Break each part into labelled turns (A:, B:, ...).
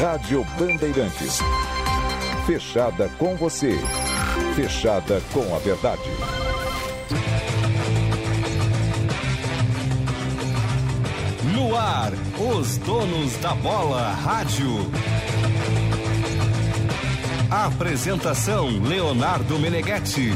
A: Rádio Bandeirantes. Fechada com você. Fechada com a verdade.
B: No ar, os donos da bola rádio. Apresentação Leonardo Meneghetti.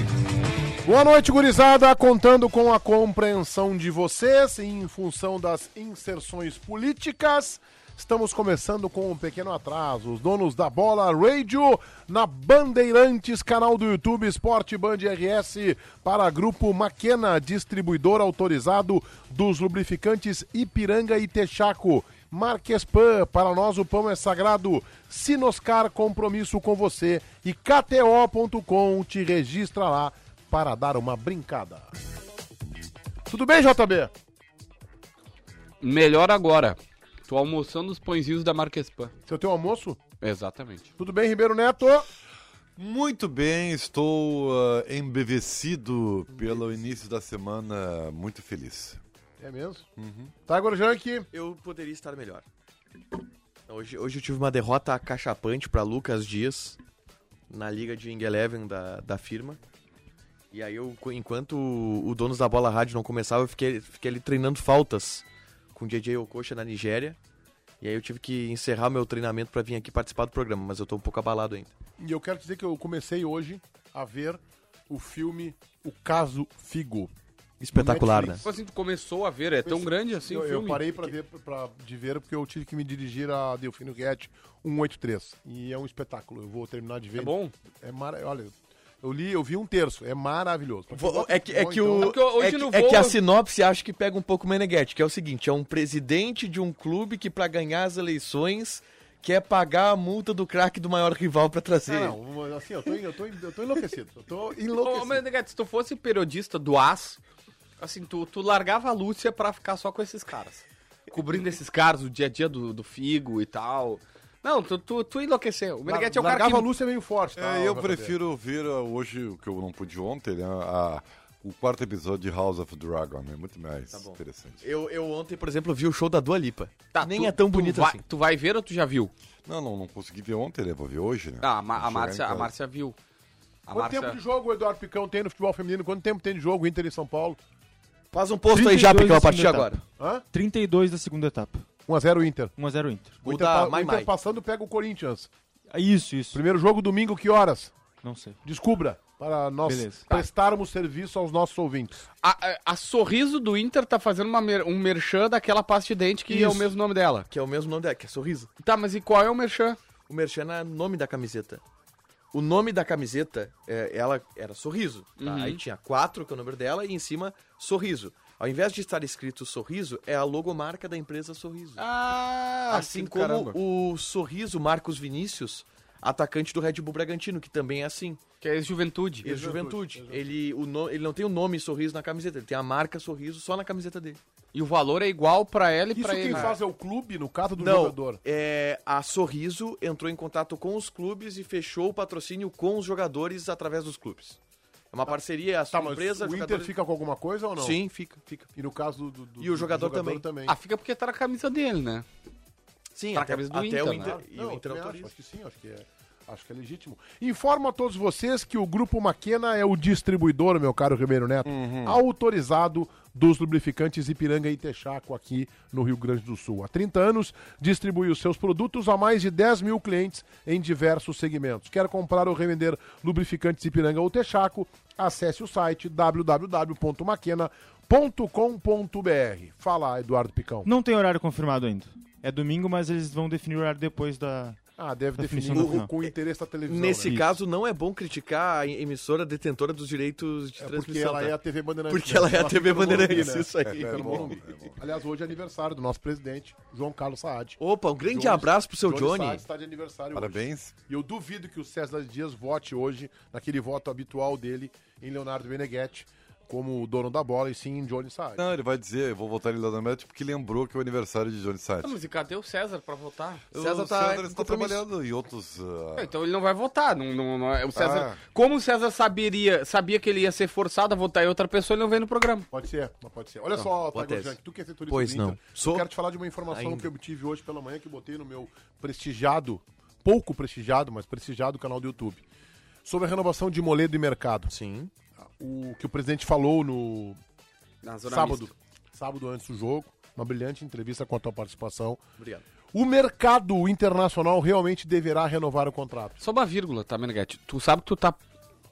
C: Boa noite, gurizada. Contando com a compreensão de vocês em função das inserções políticas, estamos começando com um pequeno atraso. Os donos da bola Radio na Bandeirantes, canal do YouTube Esporte Band RS para Grupo Maquena, distribuidor autorizado dos lubrificantes Ipiranga e Texaco. Marques Pan, para nós o pão é sagrado. Sinoscar, compromisso com você. E KTO.com, te registra lá para dar uma brincada. Tudo bem, JB?
D: Melhor agora. Tô almoçando os pãezinhos da Marquespan.
C: Seu teu almoço?
D: Exatamente.
C: Tudo bem, Ribeiro Neto?
E: Muito bem, estou ah, embevecido pelo início da semana, muito feliz.
C: É mesmo?
D: Uhum.
C: Tá, Gorjank?
F: Eu poderia estar melhor. Então, Hoje, hoje eu tive uma derrota acachapante para Lucas Dias na liga de Ing Eleven da, da firma. E aí, eu, enquanto o, o Donos da Bola Rádio não começava, eu fiquei, fiquei ali treinando faltas com o DJ Okocha na Nigéria. E aí eu tive que encerrar meu treinamento para vir aqui participar do programa, mas eu tô um pouco abalado ainda.
C: E eu quero dizer que eu comecei hoje a ver o filme O Caso Figo.
F: Espetacular, né?
C: Netflix.
D: Tipo assim, tu começou a ver, é tão grande assim
C: eu,
D: o
C: eu
D: filme?
C: parei pra ver, pra, de ver porque eu tive que me dirigir a Delfino Guedes 183. E é um espetáculo. Eu vou terminar de ver.
D: É bom?
C: É mara... Olha, eu li, eu vi um terço. É maravilhoso. Pra quem
F: Vo-
C: gosta
F: É
C: de
F: que, é
C: futebol,
F: que
C: então-
F: o.
D: porque hoje
F: é que,
D: no
F: é
D: voo-
F: que a sinopse acho que pega um pouco o Meneghetti, que é o seguinte: é um presidente de um clube que, pra ganhar as eleições, quer pagar a multa do craque do maior rival pra trazer.
C: Ah,
F: ele.
C: não, mas assim, eu tô, eu tô, eu tô enlouquecido. Eu tô
D: Ô, mas,
C: enlouquecido.
D: Neguete, se tu fosse periodista do AS, assim, tu, tu largava a Lúcia pra ficar só com esses caras. Cobrindo esses caras, o dia a dia do, do Figo e tal. Não, tu, tu, tu enlouqueceu. O Meneghete é o cara que...
C: Largava a Lúcia meio forte, tá?
E: É, eu
C: JB?
E: prefiro ouvir ah, hoje o que eu não pude ontem, né, a- o quarto episódio de House of Dragon, é muito mais interessante.
F: Eu, eu ontem, por exemplo, vi o show da Dua Lipa.
D: Tá,
F: Nem
D: tu-
F: é tão
D: tu
F: bonito
D: vai,
F: assim.
D: Tu vai ver ou tu já viu?
E: Não, não, não consegui ver ontem, né? Vou ver hoje, né?
D: Ah, a, Ma-
E: Vou
D: a,
E: chegar em
D: Márcia, a
E: casa.
D: Márcia viu. A
C: então. Quanto tempo de
D: Márcia...
C: jogo o Eduardo Picão tem no futebol feminino? Quanto tempo tem de jogo Inter e São Paulo?
F: Faz um posto aí já,
G: 32
F: Picão, a
C: assim,
F: partir de
G: segunda
F: agora.
C: Hã?
G: 32 da segunda etapa.
C: 1x0 Inter.
G: 1x0 Inter.
C: O
F: O
C: Inter,
F: da
C: pa- o
F: Mai
C: Inter
F: Mai.
C: passando pega o Corinthians.
G: Isso, isso.
C: Primeiro jogo domingo, que horas?
G: Não sei.
C: Descubra. Para nós
G: Beleza.
C: prestarmos serviço aos nossos ouvintes.
D: A, a- a Sorriso do Inter tá fazendo uma mer- um merchan daquela pasta de dente que é o
C: Isso.
D: mesmo nome dela.
F: Que é o mesmo nome dela, que é Sorriso.
D: Tá, mas e qual é o merchan?
F: O Merchan é nome da camiseta. O nome da camiseta, é, ela era Sorriso. tá? Aí tinha quatro, que é o número dela, e em cima, Sorriso. Ao invés de estar escrito Sorriso, é a logomarca da empresa Sorriso.
D: Ah,
F: assim como o Sorriso Marcos Vinícius, atacante do Red Bull Bragantino, que também é assim.
D: Que é ex-juventude.
F: E Juventude. Ele, o no- ele não tem o nome Sorriso na camiseta, ele tem a marca Sorriso só na camiseta dele.
D: E o valor é igual pra ela e
C: Isso
D: pra
C: quem
D: ele.
C: faz é o clube, no caso do
F: Não,
C: jogador.
F: é, a Sorriso entrou em contato com os clubes e fechou o patrocínio com os jogadores através dos clubes. É uma parceria, a sua
C: Tá, mas
F: empresa...
C: o Inter
F: jogadores-
C: fica com alguma coisa ou não?
F: Sim, fica, fica.
C: E no caso do, do-
F: E o
C: do
F: jogador também.
D: Ah, fica porque tá na camisa dele, né?
F: Sim,
D: Pra
F: Tá, até,
D: cabeça do
F: até
D: Inter,
F: o
D: né?
F: Inter.
C: Claro.
F: E
C: Ah, Não,
F: o
C: eu
F: Inter é
C: também acho,
F: autoriza.
C: acho que sim, acho que é. Acho que é legítimo. Informo a todos vocês que o Grupo Maquena é o distribuidor, meu caro Ribeiro Neto, autorizado dos lubrificantes Ipiranga e Texaco aqui no Rio Grande do Sul. Há 30 anos, distribui os seus produtos a mais de 10 mil clientes em diversos segmentos. Quer comprar ou revender lubrificantes Ipiranga ou Texaco? Acesse o site www.maquena.com.br. Fala, Eduardo Picão.
G: Não tem horário confirmado ainda. É domingo, mas eles vão definir o horário depois da.
C: Ah, deve
G: Definição
C: definir
G: do
C: com,
G: final.
C: com o interesse da televisão. né?
F: Nesse
G: Isso.
F: caso, não é bom criticar a emissora detentora dos direitos de
C: É porque
F: transmissão.
C: ela
F: tá?
C: é a TV Bandeirantes.
F: Porque ela é a TV Bandeirantes, isso aí.
C: É,
E: É bom, é bom.
C: Aliás, hoje é aniversário do nosso presidente, João Carlos Saad.
F: Opa, um grande
C: Jones-
F: abraço pro seu Johnny.
C: Saad está de aniversário hoje.
E: Parabéns.
C: E eu duvido que o César Dias vote hoje, naquele voto habitual dele, em Leonardo Meneghetti. como o dono da bola, e sim Johnny Saad.
E: Não, ele vai dizer, eu vou votar em Leonardo Messi porque lembrou que é o aniversário de Johnny Saad.
D: Não, Tá, mas e cadê o César pra votar?
E: O
F: César tá
E: César
F: em
E: está
F: compromisso.
E: trabalhando em outros... ah,
D: Não, Então ele não vai votar. Não, não, não é- o César,
E: Ah.
D: Como o César saberia, sabia que ele ia ser forçado a votar em outra pessoa, ele não vem no programa.
C: Pode ser, não pode ser. Olha só,
F: boa
C: Tiger
F: tese.
C: Junk, tu quer ser turista
F: Pois
C: do Inter,
F: não. Sou.
C: Eu quero te falar de uma informação
F: Ainda.
C: que eu obtive hoje pela manhã que eu botei no meu prestigiado, pouco prestigiado, mas prestigiado canal do YouTube. Sobre a renovação de Moledo e Mercado.
F: Sim.
C: O que o presidente falou no
D: Na
C: sábado.
D: mista.
C: Sábado antes do jogo. Uma brilhante entrevista com a tua participação.
D: Obrigado.
C: O mercado internacional realmente deverá renovar o contrato.
D: Só uma vírgula, tá, Meneghete? Tu sabe que tu tá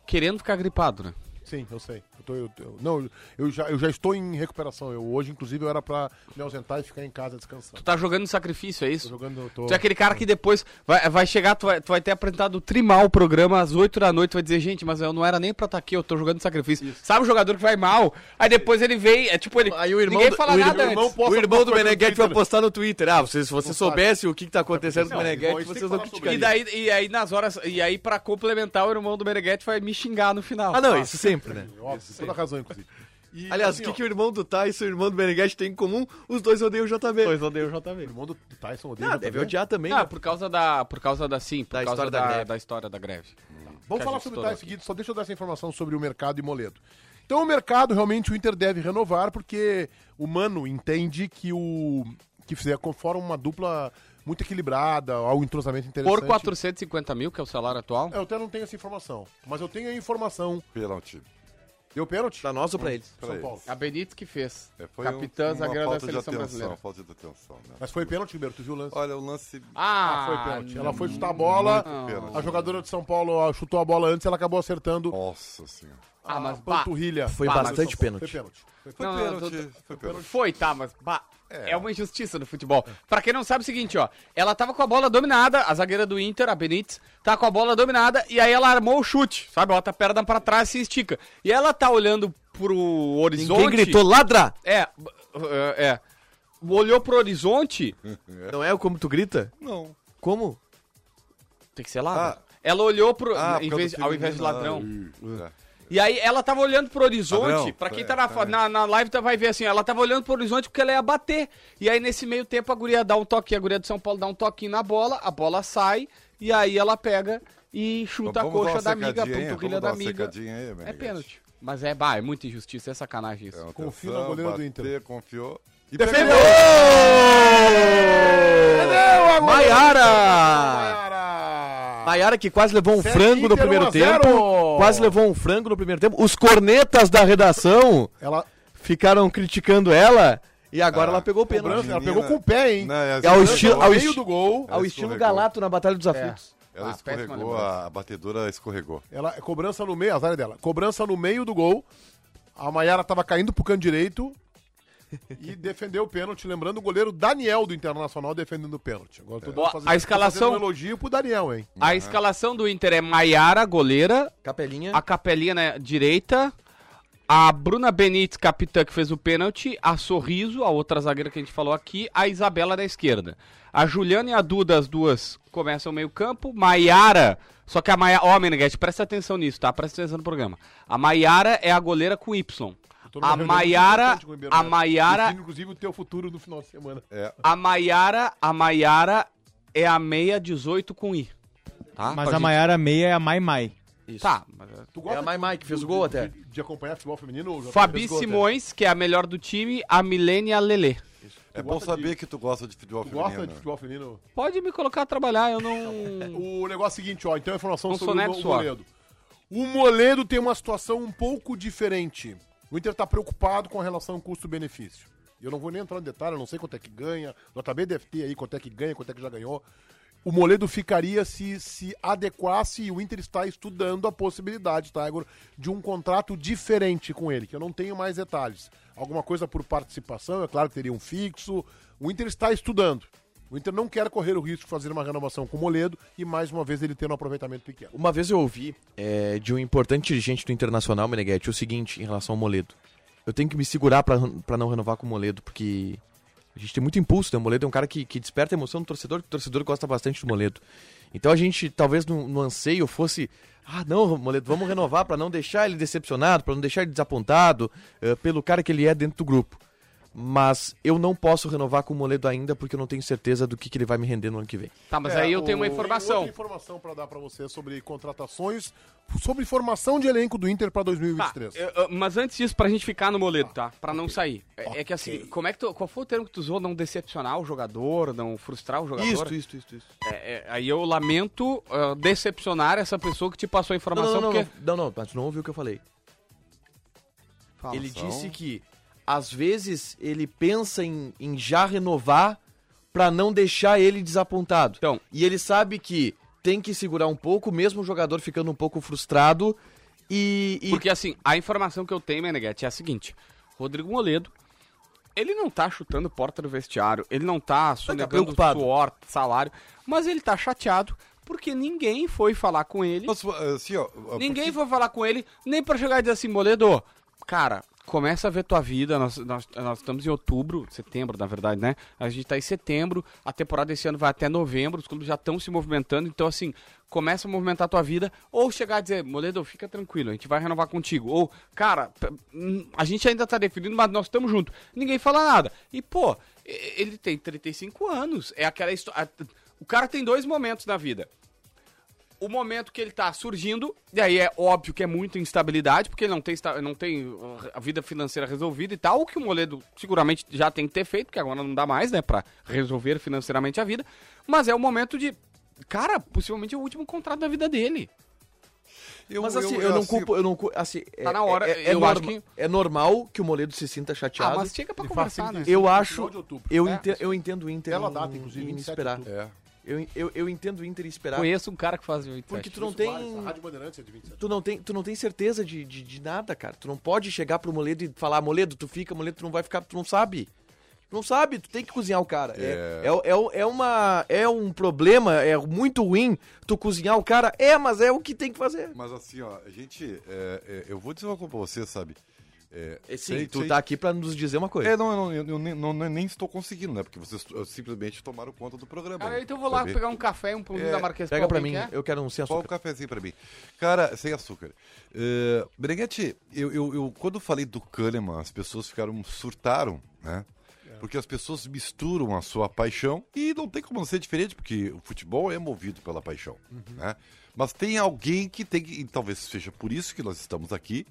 D: querendo ficar gripado, né?
C: Sim, eu sei. Eu tô- eu- eu- não, eu já, eu já estou em recuperação. Eu, hoje, inclusive, eu era pra me ausentar e ficar em casa descansando.
D: Tu tá jogando no sacrifício, é
C: Tô
D: isso?
C: jogando, eu tô...
D: Tu é aquele cara que depois vai, vai chegar, tu vai, tu vai ter apresentado trimal o programa às 8 da noite, vai dizer, gente, mas eu não era nem pra estar aqui, eu tô jogando sacrifício. Sabe o jogador que vai mal? Aí depois ele vem, é tipo, ele.
F: Aí o irmão
D: ninguém
F: do,
D: fala
F: o
D: nada
F: irmão,
D: antes.
F: o irmão do
C: coisa no
F: Meneghete vai
C: Twitter.
F: postar no Twitter. Ah, vocês- se você
C: Não
F: soubesse o que, que tá acontecendo com o Meneghete,
C: mas tem que
F: vocês não
C: falar sobre
D: E
F: criticariam.
D: daí, e aí nas horas, e aí pra complementar, o irmão do Meneghete vai me xingar no final.
F: Ah, não, isso sempre, né?
C: Óbvio, com toda razão, inclusive. E,
F: Aliás,
C: assim,
F: o que,
C: ó,
F: que o irmão do Tyson e o irmão do Meneghete têm em comum? Os dois odeiam o JB.
D: Pois odeio o JB.
C: O irmão do Tyson odeia.
F: Ah,
C: o
F: deve
C: JB.
F: odiar também.
D: Ah,
F: né?
D: por causa da. Por causa da sim, por
F: Da
D: causa
F: história da
D: da, da,
F: greve.
D: história da greve.
C: Vamos
D: Que a
C: falar
D: gente
C: sobre o
D: estourou
C: Tyson
D: aqui.
C: seguinte, só deixa eu dar essa informação sobre o mercado e Moledo. Então, o mercado, realmente, o Inter deve renovar, porque o Mano entende que o que fizer conforme uma dupla muito equilibrada, ao entrosamento interessante.
D: Por 450 mil, que é o salário atual.
C: Eu até não tenho essa informação, mas eu tenho a informação.
E: Pênalti.
C: Deu pênalti?
F: Pra nós ou pra eles?
E: Pra
C: São Paulo.
E: eles.
D: A Benítez que fez.
E: É, foi um-
D: Capitã
E: uma
D: zagueiro da
E: falta de
D: seleção
E: atenção,
D: brasileira.
E: Falta de atenção, né?
C: Mas foi pênalti, Ribeiro, tu viu o lance?
E: Olha, o lance...
D: Ah,
C: foi pênalti. Ela foi chutar a bola,
E: pênalti.
C: a jogadora de São Paulo chutou a bola antes, ela acabou acertando
E: Nossa senhora.
D: Ah, mas
C: a
D: bah.
C: panturrilha.
F: Foi
D: Ah, mas
F: bastante
C: Foi
F: pênalti.
C: pênalti. Foi
E: Foi
D: Não, não,
E: pênalti,
D: não,
E: foi pênalti.
D: Foi, tá, mas bah, é. uma injustiça no futebol. Pra quem não sabe, é o seguinte, ó. Ela tava com a bola dominada, a zagueira do Inter, a Benítez, tá com a bola dominada e aí ela armou o chute, sabe? Ela tá a perna pra trás e se estica. E ela tá olhando pro horizonte.
F: Ninguém gritou ladra!
D: É, b- é, é. Olhou pro horizonte,
F: Não é como tu grita?
E: Não.
F: Como?
D: tem que ser ladra.
E: Ah.
D: Ela olhou pro.
E: Ah, por
D: em
E: causa
D: vez-
E: do
D: ao invés de
E: feminino,
D: ladrão.
E: ah, é.
D: E aí ela tava olhando pro horizonte,
E: Padrão,
D: pra quem
E: é,
D: tá na, fo-
E: é.
D: na, na live tá, vai ver assim, ela tava olhando pro horizonte porque ela ia bater. E aí nesse meio tempo a guria dá um toquinho, a guria do São Paulo dá um toquinho na bola, a bola sai, e aí ela pega e chuta
E: Então
D: a
E: vamos dar
D: coxa
E: uma
D: da amiga, a
E: secadinha,
D: panturrilha
E: vamos dar
D: da
E: uma
D: amiga.
E: secadinha aí,
D: É
E: Meneghete.
D: pênalti. Mas é, bah, é muita injustiça, é sacanagem isso.
E: Atenção,
C: Confio na goleira do
E: bater,
C: Inter.
E: Confiou. E
C: Defendeu!
F: Maiara!
C: Cara!
F: Maiara que quase levou um
C: Sete
F: frango no
C: Inter, um
F: primeiro
C: a zero.
F: tempo. Quase levou um frango no primeiro tempo. Os cornetas da redação
C: Ela,
F: ficaram criticando ela e agora
E: Ah,
F: pela pegou o pênalti.
C: cobrança, ela
E: menina-
C: pegou com o pé, hein?
E: Não, é,
F: É o
E: assim,
F: estilo-
E: ela-
F: ao
C: Ao meio
F: esti-
C: do gol,
E: Ela
F: Ao estilo
E: escorregou.
F: Galato na Batalha dos Aflitos.
E: Ela
D: Ah, péssima
E: escorregou,
D: lembrança.
E: a batedora escorregou.
C: ela cobrança no meio, as áreas dela. Cobrança no meio do gol. A Maiara tava caindo pro canto direito e defendeu o pênalti, lembrando o goleiro Daniel do Internacional defendendo o pênalti. Agora
F: É.
C: tô dando-
D: Ó, a
C: tô fazendo
D: escalação-
C: um elogio pro Daniel, hein?
D: A escalação do Inter é Maiara, goleira,
F: Capelinha.
D: a Capelinha na direita, a Bruna Benítez, capitã, que fez o pênalti, a Sorriso, a outra zagueira que a gente falou aqui, a Isabela na esquerda. A Juliana e a Duda, as duas, começam o meio campo. Maiara, só que a Maiara... Ó, Meneghete, presta atenção nisso, tá? Presta atenção no programa. A Maiara é a goleira com Y.
C: Tô numa
D: A
C: reunião muito
D: Maiara...
C: importante com o Ribeiro
D: A
C: Neto.
D: Maiara...
C: Define, Inclusive o teu futuro no final de semana.
E: É,
D: A Maiara... A Maiara é a meia 18 com I. Tá?
G: Mas
D: Pra
G: a
D: gente-
G: Maiara Meia é a Mai Mai.
D: Tá, mas...
C: Tu
F: É a Mai Mai que fez o gol
C: de,
F: até.
C: de, de acompanhar futebol feminino? ou já
D: Fabi
C: fez gol até?
D: Simões, que é a melhor do time, a Milene e a Lelê.
E: é bom
C: gosta
E: saber que tu gosta de futebol
C: Tu gosta de
E: feminino. né?
C: futebol feminino?
D: Pode me colocar a trabalhar, eu não.
C: O negócio é o seguinte, ó. Então, a informação
D: Um
C: sobre o,
D: soneto
C: Mo- o
D: só.
C: Moledo. O Moledo tem uma situação um pouco diferente. O Inter tá preocupado com a relação custo-benefício. Eu não vou nem entrar no detalhe, eu não sei quanto é que ganha. O JB deve ter aí quanto é que ganha, quanto é que já ganhou. O Moledo ficaria se se adequasse e o Inter está estudando a possibilidade, tá, Igor, de um contrato diferente com ele, que eu não tenho mais detalhes. Alguma coisa por participação, é claro que teria um fixo. O Inter está estudando. O Inter não quer correr o risco de fazer uma renovação com o Moledo e mais uma vez ele ter um aproveitamento pequeno.
F: Uma vez eu ouvi é, de um importante dirigente do Internacional, Meneghete, o seguinte em relação ao Moledo. Eu tenho que me segurar pra pra não renovar com o Moledo, porque a gente tem muito impulso, né? O Moledo é um cara que, que desperta a emoção do torcedor, que o torcedor gosta bastante do Moledo. Então a gente talvez no, no anseio fosse. Ah, não, Moledo, vamos renovar pra não deixar ele decepcionado, pra não deixar ele desapontado eh, pelo cara que ele é dentro do grupo. Mas eu não posso renovar com o Moledo ainda porque eu não tenho certeza do que, que ele vai me render no ano que vem.
D: Tá, mas aí eu tenho uma
C: Tem
D: informação.
C: É, outra informação pra dar pra você sobre contratações, sobre formação de elenco do Inter pra
D: Tá,
C: 2023.
D: eu- eu- mas antes disso, pra gente ficar no moledo, tá? Pra não sair. É, é que assim, como é que tu, qual foi o termo que tu usou? Não decepcionar o jogador, não frustrar o jogador?
F: Isso, isso, isso, isso.
D: É, é, aí eu lamento ah, decepcionar essa pessoa que te passou a
F: Não,
D: informação,
F: não, não,
D: porque...
F: não, não, não, mas tu não ouviu o que eu falei. ele disse que às vezes ele pensa em, em já renovar pra não deixar ele desapontado.
D: Então.
F: E ele sabe que tem que segurar um pouco, mesmo o jogador ficando um pouco frustrado. E, e-
D: Porque assim, a informação que eu tenho, Meneghete, é a seguinte. Rodrigo Moledo, ele não tá chutando porta do vestiário, ele não tá sonegando
F: preocupado.
D: suor, salário, mas ele tá chateado porque ninguém foi falar com ele.
E: Mas, assim, ó, por
D: Ninguém
E: que-
D: foi falar com ele, nem pra chegar e dizer assim, Moledo, cara, começa a ver tua vida, nós, nós, nós estamos em outubro, setembro, na verdade, né? A gente tá em setembro, a temporada esse ano vai até novembro, os clubes já estão se movimentando, então assim, começa a movimentar tua vida, ou chegar a dizer, Moledo, fica tranquilo, a gente vai renovar contigo, ou, cara, p- hum, a gente ainda tá definindo, mas nós estamos juntos. Ninguém fala nada. E, pô, e- ele tem 35 anos, é aquela história... O cara tem dois momentos na vida o momento que ele tá surgindo, e aí é óbvio que é muita instabilidade, porque ele não tem, esta- não tem uh, a vida financeira resolvida e tal, o que o Moledo seguramente já tem que ter feito, porque agora não dá mais, né, pra resolver financeiramente a vida, mas é o momento de, cara, possivelmente é o último contrato da vida dele. Ah,
E: eu,
F: mas assim, eu, não
E: assim,
F: culpo, eu não culpo, assim, é-
D: Tá na hora,
F: é, é
D: eu
F: norma-
D: acho que-
F: é normal que o Moledo se sinta chateado.
D: chega pra
C: conversar, Ah, né?
F: Eu
C: Final
F: acho,
C: de outubro.
F: eu,
C: É.
F: ente- eu entendo o Inter
C: Bela
F: em-
C: data, inclusive,
F: em
C: 27 de
F: esperar.
C: outubro.
E: É.
F: Eu, eu, eu entendo o Inter em esperar,
D: Conheço um cara que faz 27.
F: porque tu não tem...
C: A Rádio Bandeirantes é de 27.
F: Tu não, tem, tu não tem certeza de, de, de nada, cara. Tu não pode chegar pro Moledo e falar, Moledo, tu fica, Moledo, tu não vai ficar, tu não sabe. Tu não sabe, tu tem que cozinhar o cara. É, é, é, é uma, é um problema, é muito ruim tu cozinhar o cara. É, mas é o que tem que fazer.
E: Mas assim, ó, a gente. é, é, eu vou dizer uma coisa pra você, sabe? É,
F: Sim,
E: sei-
F: tu
E: sei-
F: tá aqui pra nos dizer uma coisa.
E: É, não, eu, não- eu nem- não- nem- nem estou conseguindo, né? Porque vocês eh, simplesmente tomaram conta do
F: tá
E: programa.
D: Cara,
E: né?
D: então eu vou lá
E: Sabe?
D: pegar um café e um pãozinho
E: É,
D: da Marquesa
F: Pega pra
D: alguém
F: mim,
D: quer?
F: eu quero um sem
E: Só um
F: açúcar.
E: cafezinho pra mim. Cara, sem açúcar. Uh, Breguete, eu, eu, eu- quando falei do Kahneman, as pessoas ficaram, surtaram, né? Porque as pessoas misturam a sua paixão e não tem como ser diferente, porque o futebol é movido pela paixão, né? Mas tem alguém que tem que, e talvez seja por isso que nós estamos aqui,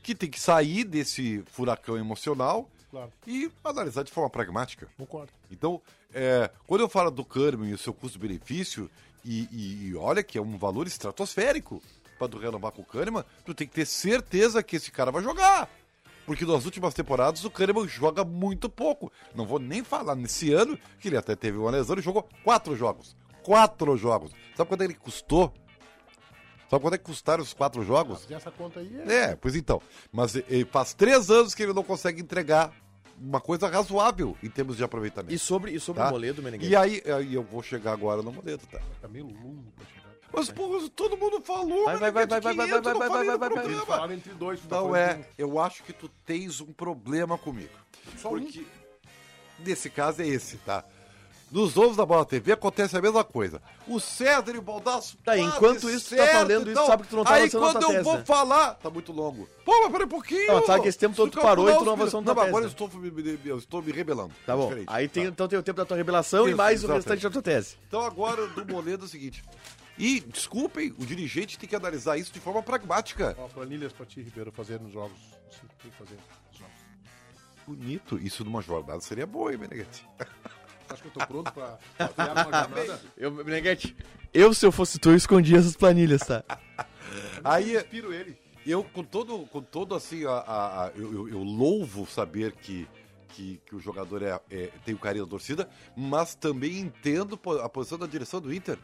E: que tem que sair desse furacão emocional
C: Claro.
E: e analisar de forma pragmática.
C: Concordo.
E: Então, é, quando eu falo do Kahneman e o seu custo-benefício, e, e- e olha que é um valor estratosférico para tu renovar com o Kahneman, tu tem que ter certeza que esse cara vai jogar. Porque nas últimas temporadas o Kahneman joga muito pouco. Não vou nem falar nesse ano, que ele até teve uma lesão e jogou quatro jogos. Quatro jogos. Sabe quanto é que ele custou? Sabe quanto é que custaram os quatro jogos?
C: Fazer essa conta aí é...
E: É, pois então. Mas eh, faz três anos que ele não consegue entregar uma coisa razoável em termos de aproveitamento.
F: E sobre, e sobre
E: Tá?
F: o Moledo, Meneghete?
E: E aí, aí eu vou chegar agora no Moledo, tá?
C: Tá meio longo pra chegar.
E: Mas, pô, todo mundo falou. né,
F: Vai, vai, vai, vai, vai, vai, vai, vai, vai, vai, vai, vai.
C: Eles falaram entre dois. tu tá
E: Não
C: falando
E: é, eu acho que tu tens um problema comigo.
C: Só um.
E: porque nesse caso é esse, tá? Nos ovos da Bola TV acontece a mesma coisa. O César e o Baldasso.
F: Tá,
E: fazem
F: enquanto isso, tu tá
E: certo
F: falando
E: e
F: isso,
E: tal.
F: sabe que tu não tá
E: Aí
F: avançando na
E: quando
F: tua
E: eu
F: tese,
E: vou
F: né?
E: falar. Tá muito longo. Pô, mas pera um pouquinho.
F: Não, sabe que esse tempo
E: Se
F: todo tu parou
E: calcular
F: e tu não
E: os
F: avançou
E: minutos-
F: na tua
E: Não, agora eu
F: tese,
E: estou, me- me- eu estou me rebelando.
F: Tá bom.
E: Diferente,
F: Aí tem,
E: tá?
F: então tem o tempo da tua revelação e
E: Isso,
F: mais o
E: exatamente.
F: restante da tua tese.
E: Então agora do Moledo é o seguinte. E, desculpem, o dirigente tem que analisar isso de forma pragmática.
C: Ó, planilhas pra ti, Ribeiro, fazer nos jogos. Sim, tem que fazer nos jogos.
E: Bonito, isso numa jornada seria boa, hein, Meneghete?
C: Acho que eu tô pronto pra fazer uma jornada.
F: Eu, eu, se eu fosse tu, eu escondia essas planilhas, tá?
E: Aí,
C: Inspiro ele.
E: Eu, com todo, com todo assim, a, a- a- eu, eu- eu louvo saber que, que, que o jogador é, é- tem o carinho da torcida, mas também entendo po- a posição da direção do Inter.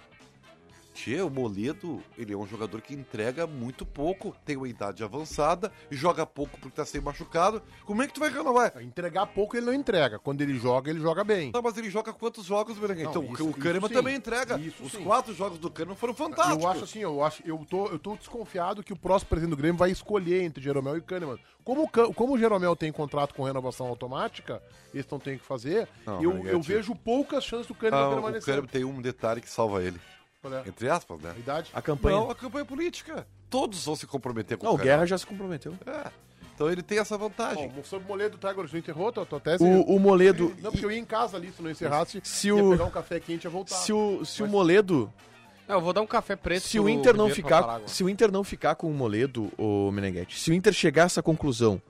E: Tchê, o Moledo, ele é um jogador que entrega muito pouco, tem uma idade avançada, joga pouco porque tá sem machucado. Como é que tu vai renovar?
C: Entregar pouco ele não entrega. Quando ele joga, ele joga bem.
E: Tá, mas ele joga quantos jogos, Berenguer?
C: Não,
E: Então
C: isso-
E: o
C: isso
E: Kahneman
C: sim.
E: também entrega.
C: Isso
E: Os
C: sim.
E: quatro jogos do Kahneman foram fantásticos.
C: Eu acho assim, eu acho, eu tô, eu tô desconfiado que o próximo presidente do Grêmio vai escolher entre Jeromel e Kahneman. Como, o Ca- como o Jeromel tem contrato com renovação automática, eles não têm o que fazer,
E: Não,
C: eu,
F: é
E: Meneghetti.
C: eu vejo poucas chances do Kahneman
E: Ah, o
C: permanecer.
E: Kahneman tem um detalhe que salva ele.
C: Qual é?
E: Entre aspas, né?
C: A idade?
F: A campanha.
E: Não, a campanha política. Todos vão se comprometer com
F: Não, o
E: Kahneman.
F: Guerra já se comprometeu.
E: É. Então ele tem essa vantagem.
C: Bom, sobre o Moledo, tá, agora tu enterrou tua, tua tese?
F: O, o Moledo.
C: Não, porque eu ia em casa ali, se não encerrasse,
F: Se
C: ia
F: o-
C: pegar um café quente e ia voltar.
F: Se o, se o Moledo.
D: Não, eu vou dar um café preto
F: Se
D: pro
F: o Inter não
D: Ribeiro pra parar
F: ficar.
D: agora.
F: Se o Inter não ficar com o Moledo, o Meneghetti, se o Inter chegar a essa conclusão,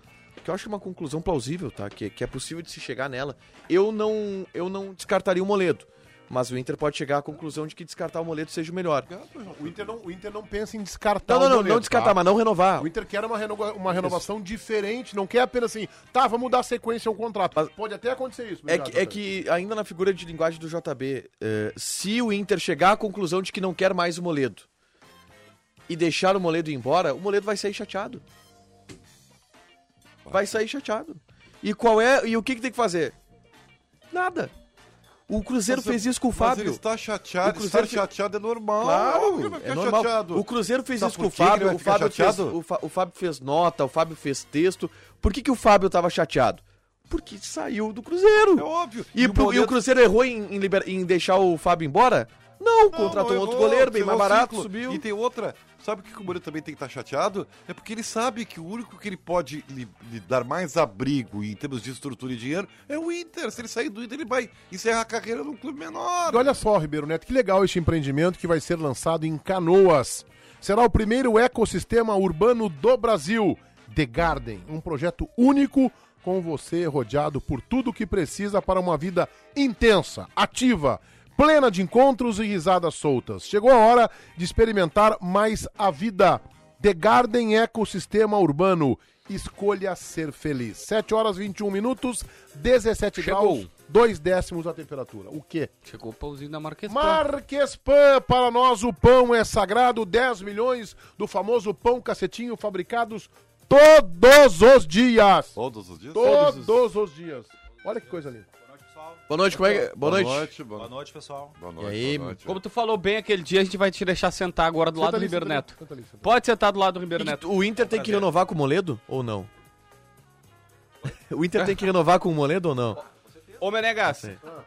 F: que eu acho uma conclusão plausível, tá? Que, que é possível de se chegar nela, eu não, eu não descartaria o Moledo. Mas o Inter pode chegar à conclusão de que descartar o Moledo seja o melhor.
C: O Inter não, o Inter não pensa em descartar
F: Não, não,
C: o
F: não,
C: Moledo,
F: não descartar,
C: tá?
F: mas não renovar.
C: O Inter quer uma, renova- uma renovação diferente, não quer apenas assim, tá, vamos dar sequência ao contrato.
F: Mas-
C: Pode até acontecer isso.
F: É
C: obrigado,
F: que, é
C: Otávio.
F: que, ainda na figura de linguagem do JB, eh, se o Inter chegar à conclusão de que não quer mais o Moledo e deixar o Moledo ir embora, o Moledo vai sair chateado. Vai sair chateado. E qual é. E o que, que tem que fazer? Nada. O Cruzeiro
E: Mas eu-
F: fez isso com o
E: Mas ele
F: Fábio.
E: está chateado,
F: O
E: estar
F: Cruzeiro fica-
E: chateado é normal. Por que
F: Claro,
E: vai
F: é
E: ficar
F: normal.
E: chateado?
F: O Cruzeiro fez
E: Sabe
F: isso
E: por
F: com o
E: que ele
F: Fábio,
E: vai
F: o
E: ficar
F: Fábio, fez,
E: chateado?
F: o, Fa- o Fábio fez nota, o Fábio fez texto. Por que, que o Fábio tava chateado? Porque saiu do Cruzeiro.
E: É óbvio.
F: E, pro- e o
E: Moledo-
F: Cruzeiro errou em, em liber- em deixar o Fábio embora? Não,
E: Não,
F: contratou
E: não
F: outro
E: errou,
F: goleiro, bem mais
E: cerrou o
F: barato,
E: ciclo.
F: subiu.
E: E tem outra. Sabe o que o Moreira também tem que estar chateado? É porque ele sabe que o único que ele pode lhe, lhe dar mais abrigo em termos de estrutura e dinheiro é o Inter. Se ele sair do Inter, ele vai encerrar a carreira num clube menor.
C: E olha só, Ribeiro Neto, que legal este empreendimento que vai ser lançado em Canoas. Será o primeiro ecossistema urbano do Brasil, The Garden, um projeto único com você rodeado por tudo que precisa para uma vida intensa, ativa, plena de encontros e risadas soltas. Chegou a hora de experimentar mais a vida. The Garden Ecossistema Urbano. Escolha ser feliz. 7 horas 21 minutos, 17
D: Chegou.
C: graus, 2 décimos a temperatura. O quê?
D: Chegou o pãozinho da Marquespan.
C: Marques Pan, para nós o pão é sagrado, 10 milhões do famoso pão cacetinho fabricados todos os dias.
E: Todos os dias.
C: Todos, os dias. Olha que coisa linda.
F: Boa noite, como é que... Boa,
E: Boa
F: noite.
E: noite. Boa
H: Boa
E: noite.
H: noite, pessoal.
E: Boa noite.
F: E aí,
E: boa noite.
D: Como tu falou bem aquele dia, a gente vai te deixar sentar agora do lado do Ribeiro Neto. Pode sentar do lado do Ribeiro
F: E
D: Neto.
F: O Inter tem que renovar com o Moledo ou não? o Inter tem que renovar com o Moledo ou não?
D: Ô, Menegas,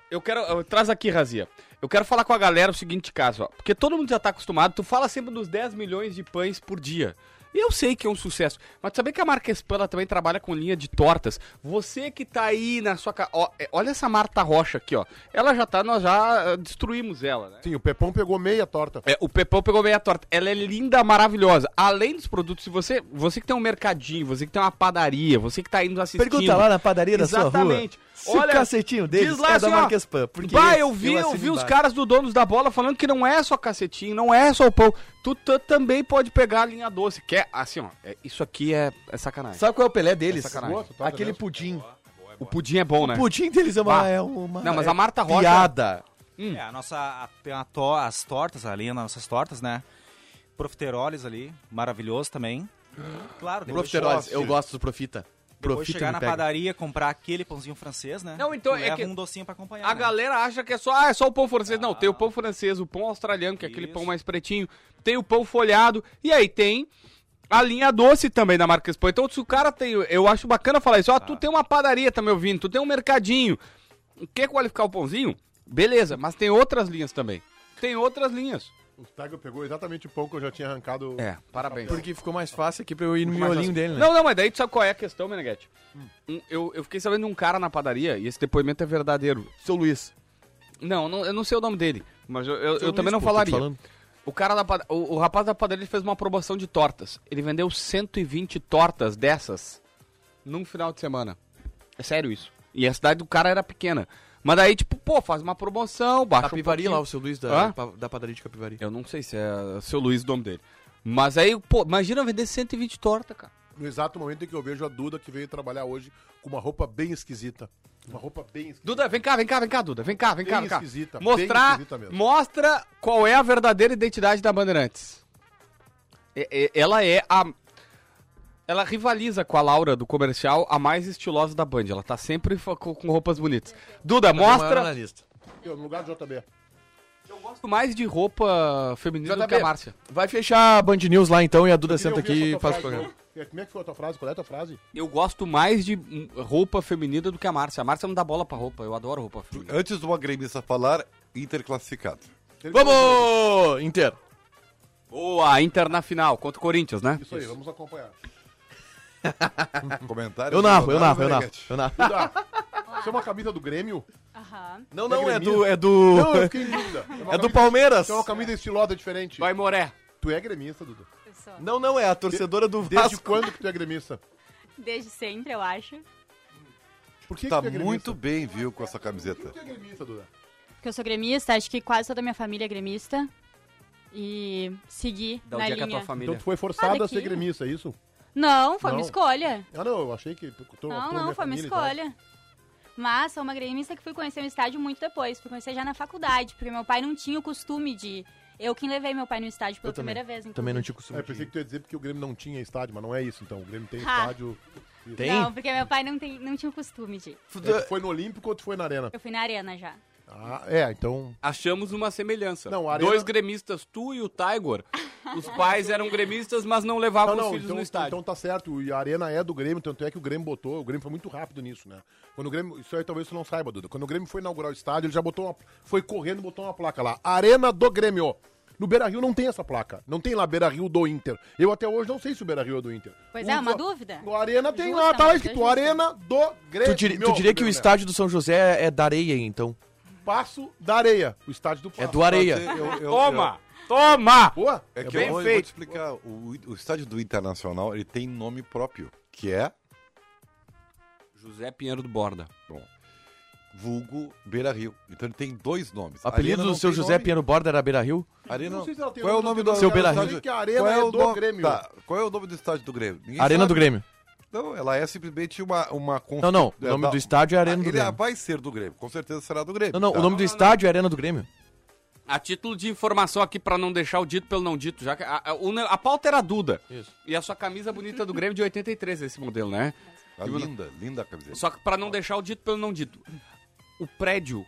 D: eu quero. eu- traz aqui, Razia. Eu quero falar com a galera o seguinte caso, ó. Porque todo mundo já tá acostumado, tu fala sempre dos 10 milhões de pães por dia. E eu sei que é um sucesso, mas tu sabia que a Marquespan ela também trabalha com linha de tortas? Você que tá aí na sua casa. Olha essa Marta Rocha aqui, ó. Ela já tá, nós já ah, destruímos ela, né?
C: Sim, o Pepão pegou meia torta.
D: É, o Pepão pegou meia torta. Ela é linda, maravilhosa. Além dos produtos, se você, você que tem um mercadinho, você que tem uma padaria, você que tá aí nos assistindo.
F: na padaria
D: Exatamente. Olha, diz lá assim, ó,
F: é Pan. porque
D: Bah, eu vi, eu
F: assino
D: vi os
F: embaixo.
D: caras do Donos da Bola falando que não é só cacetinho, não é só o pão. Tu, tu também pode pegar a linha doce, que é assim, ó. é- isso aqui é, é sacanagem.
F: Sabe qual é o Pelé deles?
D: sacanagem.
C: Boa, tu tá
F: Aquele
C: mesmo.
F: pudim.
D: o pudim é bom, né?
F: O pudim deles é
D: Bah.
F: uma... É uma
D: Não, mas a Marta Rocha-
F: Piada.
H: É, a nossa. a- tem a to- as tortas ali, nas nossas tortas, né? Profiteroles ali, maravilhoso também. Claro, depois,
F: Profiteroles,
E: choque.
F: eu gosto do Profita.
H: depois
F: Profita
H: chegar
F: me
H: na
F: pega.
H: padaria, comprar aquele pãozinho francês, né?
D: Não, então
H: Tu
D: é
H: leva
D: que-
H: um docinho pra acompanhar.
D: A
H: né?
D: galera acha que é só, ah, é só o pão francês. Não, tem o pão francês, o pão australiano, que é aquele
H: Isso.
D: pão mais pretinho, tem o pão folhado, e aí tem a linha doce também da marca Expo. Então, se o cara tem, eu acho bacana falar isso, ó, tu tem uma padaria, tá me ouvindo, tu tem um mercadinho, quer qualificar o pãozinho? Beleza, mas tem outras linhas também. Tem outras linhas.
C: O Tiger pegou exatamente o pão que eu já tinha arrancado.
D: É, parabéns.
F: Porque ficou mais fácil aqui pra eu ir no
D: Mas
F: miolinho
D: assim-
F: dele, né? Hum.
D: Não, não, mas daí tu sabe qual é a questão, Meneghete? Um- Eu, eu fiquei sabendo de um cara na padaria, e esse depoimento é verdadeiro.
F: Seu Luiz.
D: Não, não- eu não sei o nome dele, mas eu, eu- eu
F: Luiz,
D: também não
F: pô, Então tô te
D: falaria.
F: falando.
D: O cara da pad- o, o rapaz da padaria ele fez uma promoção de tortas. Ele vendeu 120 tortas dessas num final de semana. É sério isso. E a cidade do cara era pequena. Mas daí, tipo, pô, faz uma promoção, baixa
F: Capivari
D: um pouquinho.
F: lá, o seu Luiz da,
D: Hã?
F: pa- da padaria de Capivari.
D: Eu não sei se é seu Luiz o nome dele. Mas aí, pô, imagina vender 120 tortas, cara.
C: No exato momento em que eu vejo a Duda que veio trabalhar hoje com uma roupa bem esquisita. Uma roupa bem esquisita.
D: Duda, vem cá, vem cá, vem cá, Duda. Vem cá, vem cá,
C: Bem
D: vem cá.
C: esquisita, bem
D: Mostrar,
C: esquisita mesmo.
D: mostra qual é a verdadeira identidade da Bandeirantes. E- e- ela é a... Ela rivaliza com a Laura do comercial, a mais estilosa da Band. Ela tá sempre fa- com com roupas bonitas. Duda, mostra
F: um Analista.
C: Eu, no lugar do JB.
D: mais de roupa feminina do que a
F: JB.
D: Márcia.
F: Vai fechar a Band News lá então e a Duda senta
C: Queria ouvir essa
F: aqui
C: tua
F: e faz o
C: frase,
F: programa.
C: né? Como é que foi a tua frase? Qual é a tua frase?
D: Eu gosto mais de hum, roupa feminina do que a Márcia. A Márcia não dá bola pra roupa. Eu adoro roupa feminina.
E: Antes de uma gremista falar, Inter classificado.
C: né?
F: Vamos! Inter.
D: Boa, Inter na final, contra o Corinthians, né?
C: Isso aí, vamos acompanhar.
E: Comentário.
F: Eu
E: do
F: narro, eu
E: Leonardo
F: narro, eu narro.
E: Meneghetti.
F: Eu narro.
C: Isso é uma camisa do Grêmio?
I: Aham.
F: Não, não, é do. É do.
C: Não, eu fiquei em dúvida. uma
F: É do
C: camisa-
F: Palmeiras.
C: Isso é uma camisa estilosa diferente.
D: Vai, Moré.
C: Tu é gremista, Duda.
I: Eu sou.
F: Não, não, é a torcedora do
C: Desde
F: Vasco.
C: quando que tu é gremista?
I: Desde sempre, eu acho.
C: Por que,
E: Tá
C: que tu é gremista?
E: muito bem, viu, com essa camiseta.
C: Tu é gremista, Duda.
I: Porque eu sou gremista, acho que quase toda a minha família é gremista. E segui
D: Dá o
I: na
D: dia que
I: linha.
D: a tua
C: Então
D: família.
C: tu foi forçada
I: Olha
C: a ser
I: aqui.
C: gremista, é isso?
I: Não, foi uma
C: Não.
I: escolha.
C: Ah, não, eu achei que... tu- tu-
I: Não,
C: tu,
I: não,
C: minha
I: foi uma
C: família e tal.
I: escolha. Mas sou uma gremista que fui conhecer o estádio muito depois. Fui conhecer já na faculdade, porque meu pai não tinha o costume de... Eu quem levei meu pai no estádio pela
F: Eu também.
I: primeira vez. inclusive.
F: Também não tinha costume.
C: É, pensei que tu ia dizer porque o Grêmio não tinha estádio, mas não é isso, então. O Grêmio tem
I: Ah.
C: estádio...
F: Tem?
I: Não, porque meu pai não, tem, não tinha o costume de...
C: É, tu foi no Olímpico ou tu foi na Arena?
I: Eu fui na arena já.
C: Ah, é, então...
D: Achamos uma semelhança.
C: Não, a Arena-
D: Dois gremistas, tu e o Tiger. Os pais eram gremistas, mas não levavam
C: Não, não,
D: os filhos
C: então,
D: no estádio.
C: então tá certo. E a arena é do Grêmio, tanto é que o Grêmio botou. O Grêmio foi muito rápido nisso, né? Quando o Grêmio. Isso aí talvez você não saiba, Duda. Quando o Grêmio foi inaugurar o estádio, ele já botou uma. Foi correndo e botou uma placa lá. Arena do Grêmio. No Beira Rio não tem essa placa. Não tem lá Beira Rio do Inter. Eu até hoje não sei se o Beira Rio é do Inter.
I: Pois
C: O
I: é, uma
C: Va-
I: dúvida.
C: O Arena tem
I: Justa,
C: lá, tá lá
I: mas é
C: escrito
I: justa.
C: Arena do Grêmio.
F: Tu, diri- tu diria que
C: Grêmio,
F: o
C: né?
F: estádio do São José é da areia, então.
C: Passo da Areia. O estádio do Passo.
F: É do Areia.
E: Eu- eu- eu-
D: Toma! Toma!
C: Boa?
E: É que
D: bem
E: eu, vou, eu vou
D: feito.
E: te explicar. O, o estádio do Internacional ele tem nome próprio, que é
D: José Pinheiro do Borda.
E: vulgo Beira Rio. Então ele tem dois nomes.
F: O apelido
E: Arena não
F: do seu
E: tem
F: José
E: nome.
F: Pinheiro Borda era Beira Rio?
E: Arena.
C: Não sei se ela tem
E: Qual é o
C: nome, não
E: nome do
C: tem
F: Seu
C: nome,
F: Beira
C: eu só
F: Rio.
C: sei que a Arena
E: Qual
C: é,
E: é o
C: do
E: nome-
C: Grêmio.
E: Tá, Qual é o nome do estádio do Grêmio? Ninguém
F: Arena
C: é
E: sabe.
F: do Grêmio.
E: Não, ela é simplesmente uma. uma cons-
F: Não, não. O
E: é,
F: nome
E: da-
F: do estádio é
E: Ah,
F: Arena do
E: ele
F: Grêmio.
E: vai ser do Grêmio, com certeza será do Grêmio.
F: Não, não.
E: tá?
F: O nome do estádio é Arena do Grêmio.
D: A título de informação aqui, pra não deixar o dito pelo não dito, já que a, a, o ne- a pauta era a Duda.
F: Isso.
D: E a sua camisa bonita do Grêmio de 83, esse modelo, né?
E: Ah, linda, linda a camiseta.
D: Só que pra não deixar o dito pelo não dito. O prédio,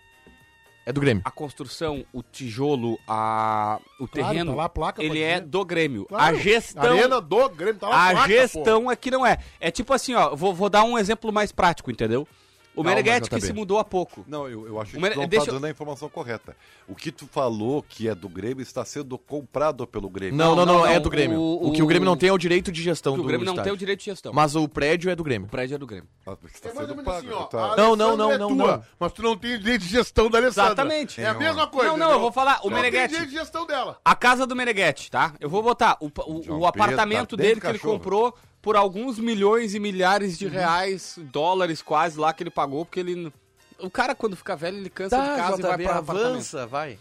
F: É do Grêmio.
D: a construção, o tijolo, a, o
C: Claro,
D: terreno,
C: tá lá a placa,
D: ele
C: pode
D: é
C: ver.
D: do Grêmio.
C: Claro.
D: A gestão...
C: Arena do Grêmio. Tá lá
D: a
C: placa, pô.
D: gestão é que não é. É tipo assim, ó, vou, vou dar um exemplo mais prático, entendeu? O
F: Calma,
D: Meneghetti que
F: JB.
D: se mudou há pouco.
E: Não, eu, eu acho que
D: Uma-
E: tu não
D: deixa
E: tá
D: eu-
E: dando a informação correta. O que tu falou que é do Grêmio está sendo comprado pelo Grêmio.
F: Não,
D: não,
F: não, não,
D: não,
F: é do
D: o-
F: Grêmio.
D: o-
F: O, que o Grêmio não tem é o direito de gestão
D: Porque
F: do
D: o Grêmio não tem
F: estádio.
D: o direito de gestão.
F: Mas o prédio é do Grêmio.
D: O prédio é do Grêmio.
E: Ah, porque Está
C: É mais ou
E: sendo
C: menos
E: pago.
C: assim, ó.
E: tá.
C: a
F: Não, não,
C: Alessandra
F: não,
C: é
F: não,
C: tua,
F: não.
C: Mas tu não tem direito de gestão da Alessandra.
D: Exatamente.
C: É a mesma coisa.
D: não, não, eu
C: entendeu?
D: vou falar. O
C: Tu não tem direito
D: Meneghetti.
C: de gestão dela.
D: A casa do Meneghetti, tá? Eu vou botar o, pa- o-
E: João
D: o apartamento
E: Pedro, tá
D: dele
E: dentro
D: que ele
E: cachorro.
D: comprou por alguns milhões e milhares
C: Uhum.
D: de reais, dólares quase lá que ele pagou, porque ele. O cara, quando fica velho, ele
C: Tá,
D: cansa de casa e vai pra apartamento.
F: Tá, avança, vai.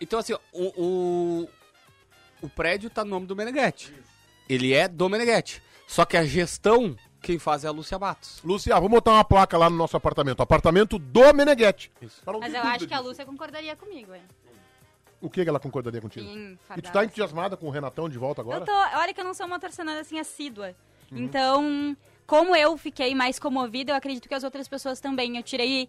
D: Então, assim, ó, o, o, o prédio tá no nome do Meneghetti. Ele é do Meneghetti. Só que a gestão, quem faz é a Lúcia Matos.
C: Lúcia, vamos botar uma placa lá no nosso apartamento. Apartamento do Meneghetti.
I: Mas eu acho que a Lúcia concordaria comigo, hein?
C: O que que ela concordaria contigo?
I: Sim,
C: E tu
I: fardada.
C: tá entusiasmada com o Renatão de volta agora?
I: Eu tô, olha que eu não sou uma torcedora assim assídua. Então, como eu fiquei mais comovida, eu acredito que as outras pessoas também. Eu tirei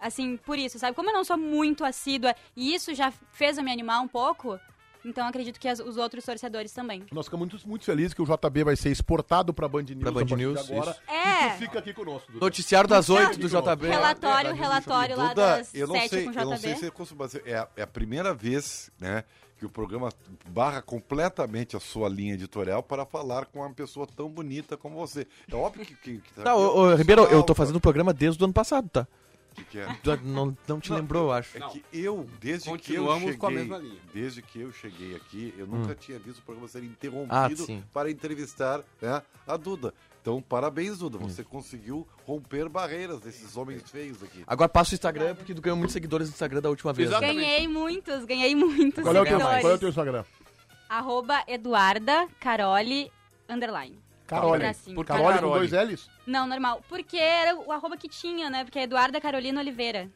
I: assim por isso, sabe? Como eu não sou muito assídua e isso já fez eu me animar um pouco, então eu acredito que as- os outros torcedores também.
C: Nós ficamos muito, muito felizes que o JB vai ser exportado pra Band News
F: Pra Band
C: a partir de
F: News,
C: agora.
F: isso.
I: É.
C: E tu fica aqui conosco. Dudu.
F: Noticiário das oito
C: Não,
F: do JB.
I: Relatório, relatório lá das
E: eu não
I: sete
E: sei,
I: com
E: eu não
I: JB.
E: sei se é costuma ser- é a, é a primeira vez, né, que o programa barra completamente a sua linha editorial para falar com uma pessoa tão bonita como você. É óbvio que, que, que
F: Tá, ô, ô, Ribeiro, eu tô fazendo o programa desde o ano passado, tá?
E: que, que é.
F: Tu Não, não te lembrou, eu acho.
E: É que eu, desde que eu
D: Continuamos
E: cheguei,
D: com a mesma linha.
E: desde que eu cheguei aqui, eu nunca tinha visto o programa ser interrompido
F: Hum. Ah, sim.
E: para entrevistar né, a Duda. Então, parabéns, Duda.
F: Hum.
E: Você conseguiu romper barreiras desses homens feios aqui.
F: Agora passa o Instagram, porque tu ganhou muitos seguidores no Instagram da última vez. né?
D: Exatamente.
I: Ganhei muitos, ganhei muitos
C: Qual é, o teu,
I: seguidores.
C: qual é o teu Instagram?
I: Arroba Eduarda Caroli underline. Assim,
C: Carole.
I: Bracinho.
D: Por
C: Carole com
D: Carole.
C: dois L's?
I: Não, normal. Porque era o arroba que tinha, né? Porque é Eduarda Carolina Oliveira.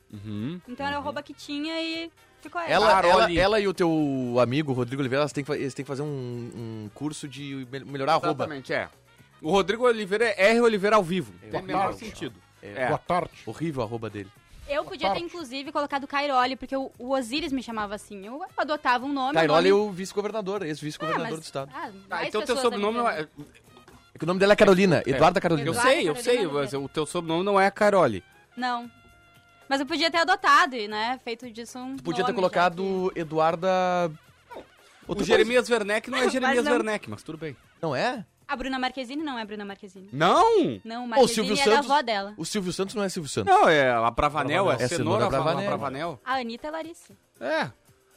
I: Então era o arroba que tinha e ficou essa.
F: Ela, ela,
D: Caroli.
F: ela e o teu amigo, Rodrigo Oliveira, elas têm que, fa- eles têm que fazer um, um curso de mel- melhorar a roupa.
D: Exatamente, é. O Rodrigo Oliveira é R. Oliveira ao vivo. Tem o menor
C: Claro.
D: sentido.
F: É.
C: Boa tarde.
F: Horrível a roupa dele.
I: Eu podia ter,
C: Parte.
I: inclusive, colocado Cairoli, porque o, o Osiris me chamava assim. Eu adotava um nome.
F: Cairoli é
I: o nome...
F: o vice-governador,
I: Ah,
F: ex-vice-governador
I: mas-
F: do estado.
I: Ah,
D: Ah,
I: mais
D: então teu
I: pessoas
D: sobrenome
I: da
D: não
I: minha
D: é.
F: É que o nome dela é Carolina, Eduarda Carolina.
D: Eu
I: Eduardo
D: sei, eu
I: Carolina
D: sei.
I: Oliveira.
D: mas o teu sobrenome não é Caroli.
I: Não. Mas eu podia ter adotado e, né, feito disso um
D: Tu podia ter
I: nome, já
D: colocado Eduarda. O
H: Outra
D: Jeremias Werneck não é Jeremias
I: Mas não-
D: Werneck, mas tudo bem.
F: Não é?
I: que- A Bruna Marquezine não é Bruna Marquezine.
D: Hum. Não!
I: Não,
F: Ô, o
I: Marquezine
F: Silvio
I: é
F: Santos.
I: da avó dela.
F: O Silvio Santos não é Silvio Santos.
D: Não, é a Bravanel, é,
F: É
D: cenoura
F: cenoura
D: Bravanel.
F: Bravanel.
D: Bravanel.
I: A Anitta é Larissa.
D: É.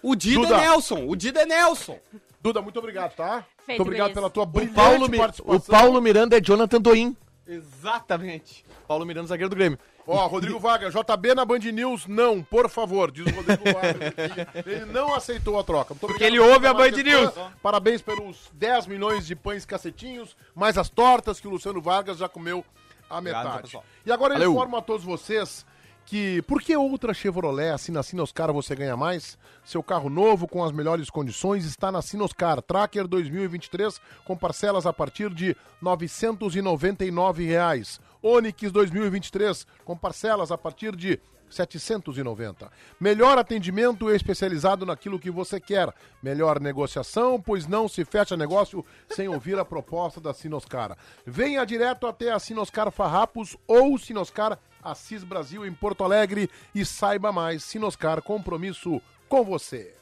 D: O Dida
C: Duda.
D: é Nelson, o Dida é Nelson.
C: Duda, muito obrigado, tá?
I: Feito,
C: muito obrigado
I: gurias.
C: pela tua
F: O
C: brilhante
F: Paulo, Mi-
C: participação.
F: o Paulo Miranda é Jonathan Doim.
D: Exatamente.
F: Paulo Miranda, zagueiro do Grêmio.
C: Ó, Rodrigo Vaga, JB na Band News, não, por favor, diz o Rodrigo Vaga. aqui. Ele não aceitou a troca. Muito
D: Porque
C: obrigado
D: ele ouve a
C: pela
D: Band
C: participação. Parabéns pelos 10 milhões de pães cacetinhos, mais as tortas que o Luciano Vargas já comeu a metade.
H: pessoal.
C: E agora eu
F: Valeu.
C: informo a todos vocês que por que outra Chevrolet, assim na Sinoscar você ganha mais? Seu carro novo com as melhores condições está na Sinoscar Tracker 2023 com parcelas a partir de R$ 999 reais. Onix 2023 com parcelas a partir de 790. Melhor atendimento especializado naquilo que você quer. Melhor negociação, pois não se fecha negócio sem ouvir a proposta da Sinoscar. Venha direto até a Sinoscar Farrapos ou Sinoscar Assis Brasil em Porto Alegre e saiba mais. Sinoscar, compromisso com você.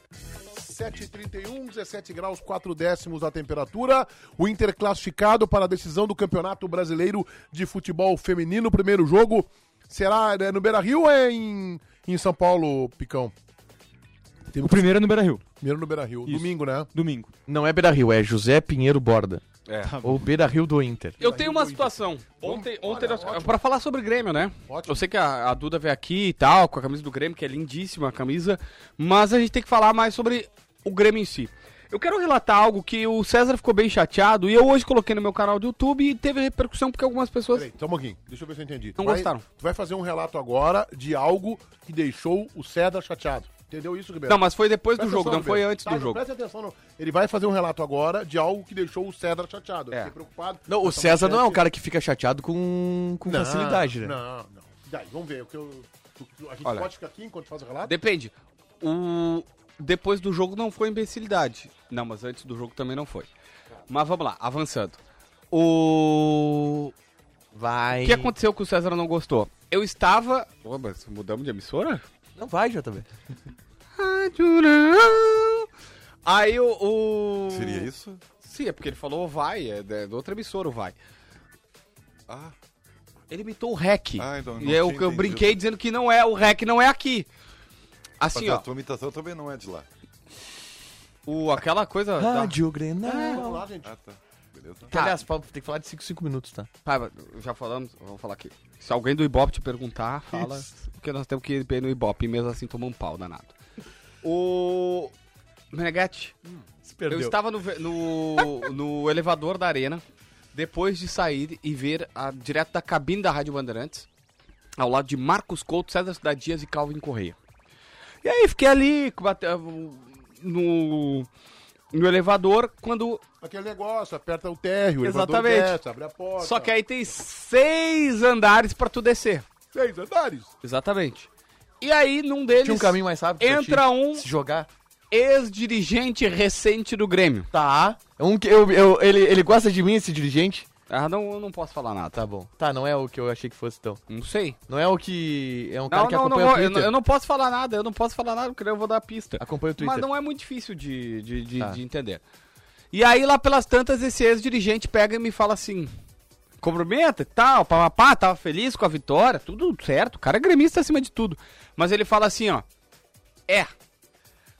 C: 7h31, 17 graus, 4 décimos a temperatura. O Inter classificado para a decisão do Campeonato Brasileiro de Futebol Feminino. Primeiro jogo será é no Beira Rio ou é em, em São Paulo, Picão?
G: O primeiro é no Beira Rio,
C: Primeiro no Beira Rio.
G: Isso.
C: Domingo, né?
G: domingo.
F: Não é Beira Rio, é José Pinheiro Borda. Tá
D: É.
F: Ou Beira Rio do Inter.
D: Eu tenho uma situação. Ontem, ontem nós- pra falar sobre Grêmio, né?
C: Ótimo.
D: Eu sei que a, a Duda veio aqui e tal, com a camisa do Grêmio, que é lindíssima a camisa, mas a gente tem que falar mais sobre o Grêmio em si. Eu quero relatar algo que o César ficou bem chateado e eu hoje coloquei no meu canal do YouTube e teve repercussão porque algumas pessoas.
C: Peraí, só um pouquinho. Deixa eu ver se eu entendi. Tu
D: Não
C: vai-
D: gostaram.
C: Tu vai fazer um relato agora de algo que deixou o Cedar chateado. Entendeu isso, Ribeiro?
D: Não, mas foi depois do
C: Presta
D: jogo,
C: atenção,
D: não foi
C: Ribeiro.
D: antes
C: Tá,
D: do
C: não,
D: jogo.
C: Presta atenção, não. Ele vai fazer um relato agora de algo que deixou o Cedar chateado. Eu
D: É.
C: fiquei preocupado.
F: Não, o
C: Mas tá
F: César não é um
C: bastante-
F: cara que fica chateado com, com
C: Não,
F: facilidade, né?
C: Não, não. Daí, vamos ver. O que eu- tu- tu- a gente
D: Olha.
C: pode ficar aqui enquanto faz o relato?
D: Depende. O... Depois do jogo não foi imbecilidade. Não, mas antes do jogo também não foi. Mas vamos lá, avançando. O.
F: Vai.
D: O que aconteceu que o César não gostou? Eu estava. Ô, mas mudamos de emissora?
F: Não vai, JB.
D: Rádio não. Aí o. o-
E: Seria isso?
D: Sim, é porque ele falou vai, é da da outra emissora o vai.
E: Ah,
D: Ele imitou o REC.
E: Ah, então, não
D: e eu,
E: tinha
D: eu
E: entendido.
D: brinquei dizendo que não é, o REC não é aqui. Assim,
E: mas
D: ó,
E: a tua imitação também não é de lá.
D: o, aquela coisa. da-
F: Rádio Grenal.
C: Vamos lá, gente.
E: Ah, tá. Beleza.
D: Tá.
F: Aliás, fala- tem que falar de 5 5 minutos, tá?
D: Paiva, já falamos, vamos falar aqui. Se alguém do Ibope te perguntar, fala. Porque nós temos que ir bem no Ibope, e mesmo assim tomar um pau danado. O. Menegatti,
F: Se
D: eu estava no, ve- no, no elevador da arena, depois de sair e ver a, direto da cabine da Rádio Bandeirantes, ao lado de Marcos Couto, César Cidade Dias e Calvin Correia. E aí fiquei ali com- bate- no, no elevador, quando
C: Aquele negócio, aperta o térreo, o elevador
D: Exatamente.
C: desce, abre a porta.
D: Só que aí tem seis andares pra tu descer.
C: Seis andares.
D: Exatamente. E aí, num deles,
F: Tinha um caminho mais rápido. pra
D: entra
F: ti
D: um
F: Se jogar.
D: ex-dirigente recente do Grêmio.
F: Tá. É um que eu, eu- ele, ele gosta de mim, esse dirigente?
D: Ah, não, não posso falar nada.
F: Tá bom. Tá, não é o que eu achei que fosse, então.
D: Não sei.
F: Não é o que. É um cara
D: Não,
F: que
D: não, não
F: acompanha
D: vou-
F: o
D: eu, não,
F: Twitter.
D: eu não posso falar nada, eu não posso falar nada, porque eu vou dar pista.
F: Acompanha o Twitter.
D: Mas não é muito difícil de, de, de-
F: Tá.
D: de entender. E aí, lá pelas tantas, esse ex-dirigente pega e me fala assim: cumprimenta e tal, papapá, tava feliz com a vitória, tudo certo. O cara é gremista acima de tudo. Mas ele fala assim: ó, é,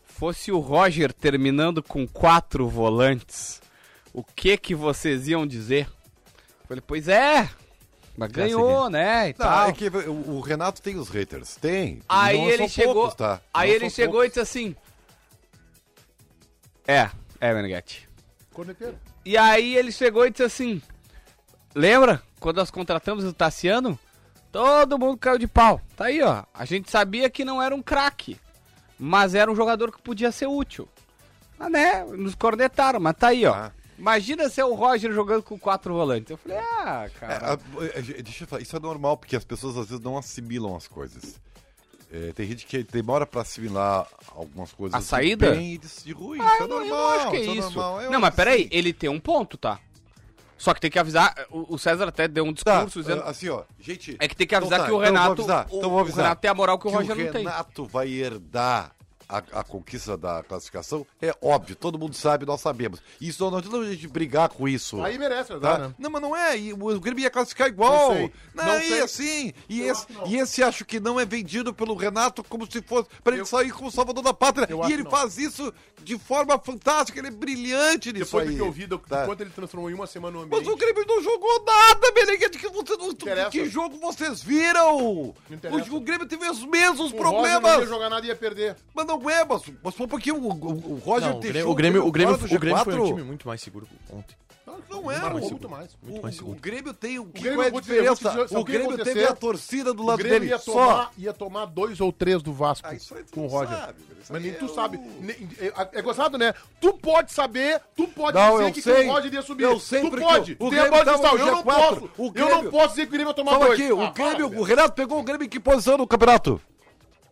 D: fosse o Roger terminando com quatro volantes, o que que vocês iam dizer? Eu falei: pois é, mas ganhou, né? E
E: Não,
D: tal.
E: é que o, o Renato tem os haters. Tem.
D: Aí
E: Não
D: ele
E: são
D: chegou.
E: poucos, tá?
D: Aí
E: Não
D: ele
E: são
D: chegou e disse assim. É, é, Meneghetti.
C: Corneteiro.
D: E aí ele chegou e disse assim. Lembra quando nós contratamos o Tassiano? Todo mundo caiu de pau. Tá aí, ó. A gente sabia que não era um craque, mas era um jogador que podia ser útil. Ah, né? Nos cornetaram, mas tá aí, ó.
E: Ah.
D: Imagina ser o Roger jogando com quatro volantes. Eu falei, ah,
E: É,
D: cara.
E: a- é, é, deixa eu falar, isso é normal, porque as pessoas às vezes não assimilam as coisas. É, tem gente que demora pra assimilar algumas coisas.
D: A
E: de
D: saída?
E: Bem e de de ruim,
D: Ah,
E: isso é
D: eu não- eu não
E: normal.
D: acho que é
E: é
D: isso.
E: normal, eu
D: não, mas
E: acho que
D: peraí,
E: sim.
D: ele tem um ponto, tá? Só que tem que avisar, o o César até deu um
E: Tá,
D: discurso dizendo.
E: ah, assim, ó, gente.
D: É que tem que avisar
E: então tá,
D: que o
E: então eu vou
D: Renato.
E: avisar,
D: o,
E: então eu vou avisar
D: o Renato tem a moral que
E: que
D: o Rogério
E: o
D: não tem.
E: Renato vai herdar a, a conquista da classificação é óbvio, todo mundo sabe, nós sabemos. Isso não adianta a gente brigar com isso.
C: Aí merece,
E: Tá?
C: né?
E: Não, mas não é. e O Grêmio ia classificar igual.
C: Não sei,
E: Não,
C: não
E: e
C: sei.
E: assim. E esse, e esse acho que não é vendido pelo Renato como se fosse. Pra ele sair como salvador da pátria.
C: Eu
E: E
C: acho
E: ele
C: não.
E: faz isso de forma fantástica. Ele é brilhante nisso
C: Depois
E: aí.
C: do que eu vi, do,
E: Tá.
C: quanto ele transformou em uma semana o ambiente.
E: Mas o Grêmio não jogou nada, Meneghete, que você não.
C: Interessa.
E: Que jogo vocês viram?
C: Não interessa.
E: O, o Grêmio teve os mesmos
C: O Roger não ia
E: problemas.
C: jogar nada e ia perder.
E: Mas não é, mas, mas foi porque o, o, o Roger
F: Não, o Grêmio,
E: deixou
F: o Grêmio, o Grêmio,
E: fora do
F: o Grêmio foi um
E: G4.
F: time muito mais seguro ontem.
E: Não é,
C: Marcou
E: o-
C: muito mais.
E: o,
F: mais
E: o
F: seguro.
E: Grêmio tem o que
C: Grêmio,
E: é a
C: vou te dizer, vou te dizer,
E: diferença.
C: sabe
E: o
C: o que ia
E: Grêmio
C: acontecer?
E: teve a torcida do
C: O
E: lado
C: Grêmio
E: dele.
C: ia
E: só.
C: tomar, ia tomar dois ou três do Vasco
E: Ah, isso aí tu
C: com o
E: não
C: Roger.
E: sabe, velho. Isso
C: Mas
E: aí
C: nem
E: é
C: tu
E: o-
C: sabe. Nem- É, é gozado, né? Tu pode saber, tu pode
E: Não, eu
C: que, que
E: sei.
C: o Roger ia subir.
E: Eu sei
C: tu
E: porque
C: pode.
E: o
C: Tem
E: Grêmio
C: a bola de
E: tava
C: cristal.
E: no
C: Eu não
E: G4.
C: posso.
E: O
C: Eu
E: Grêmio-
C: não posso dizer que o Grêmio ia tomar
E: Fala
C: dois.
E: aqui,
C: Ah,
E: um o Grêmio,
C: para,
E: o Renato pegou o Grêmio em que posição no campeonato?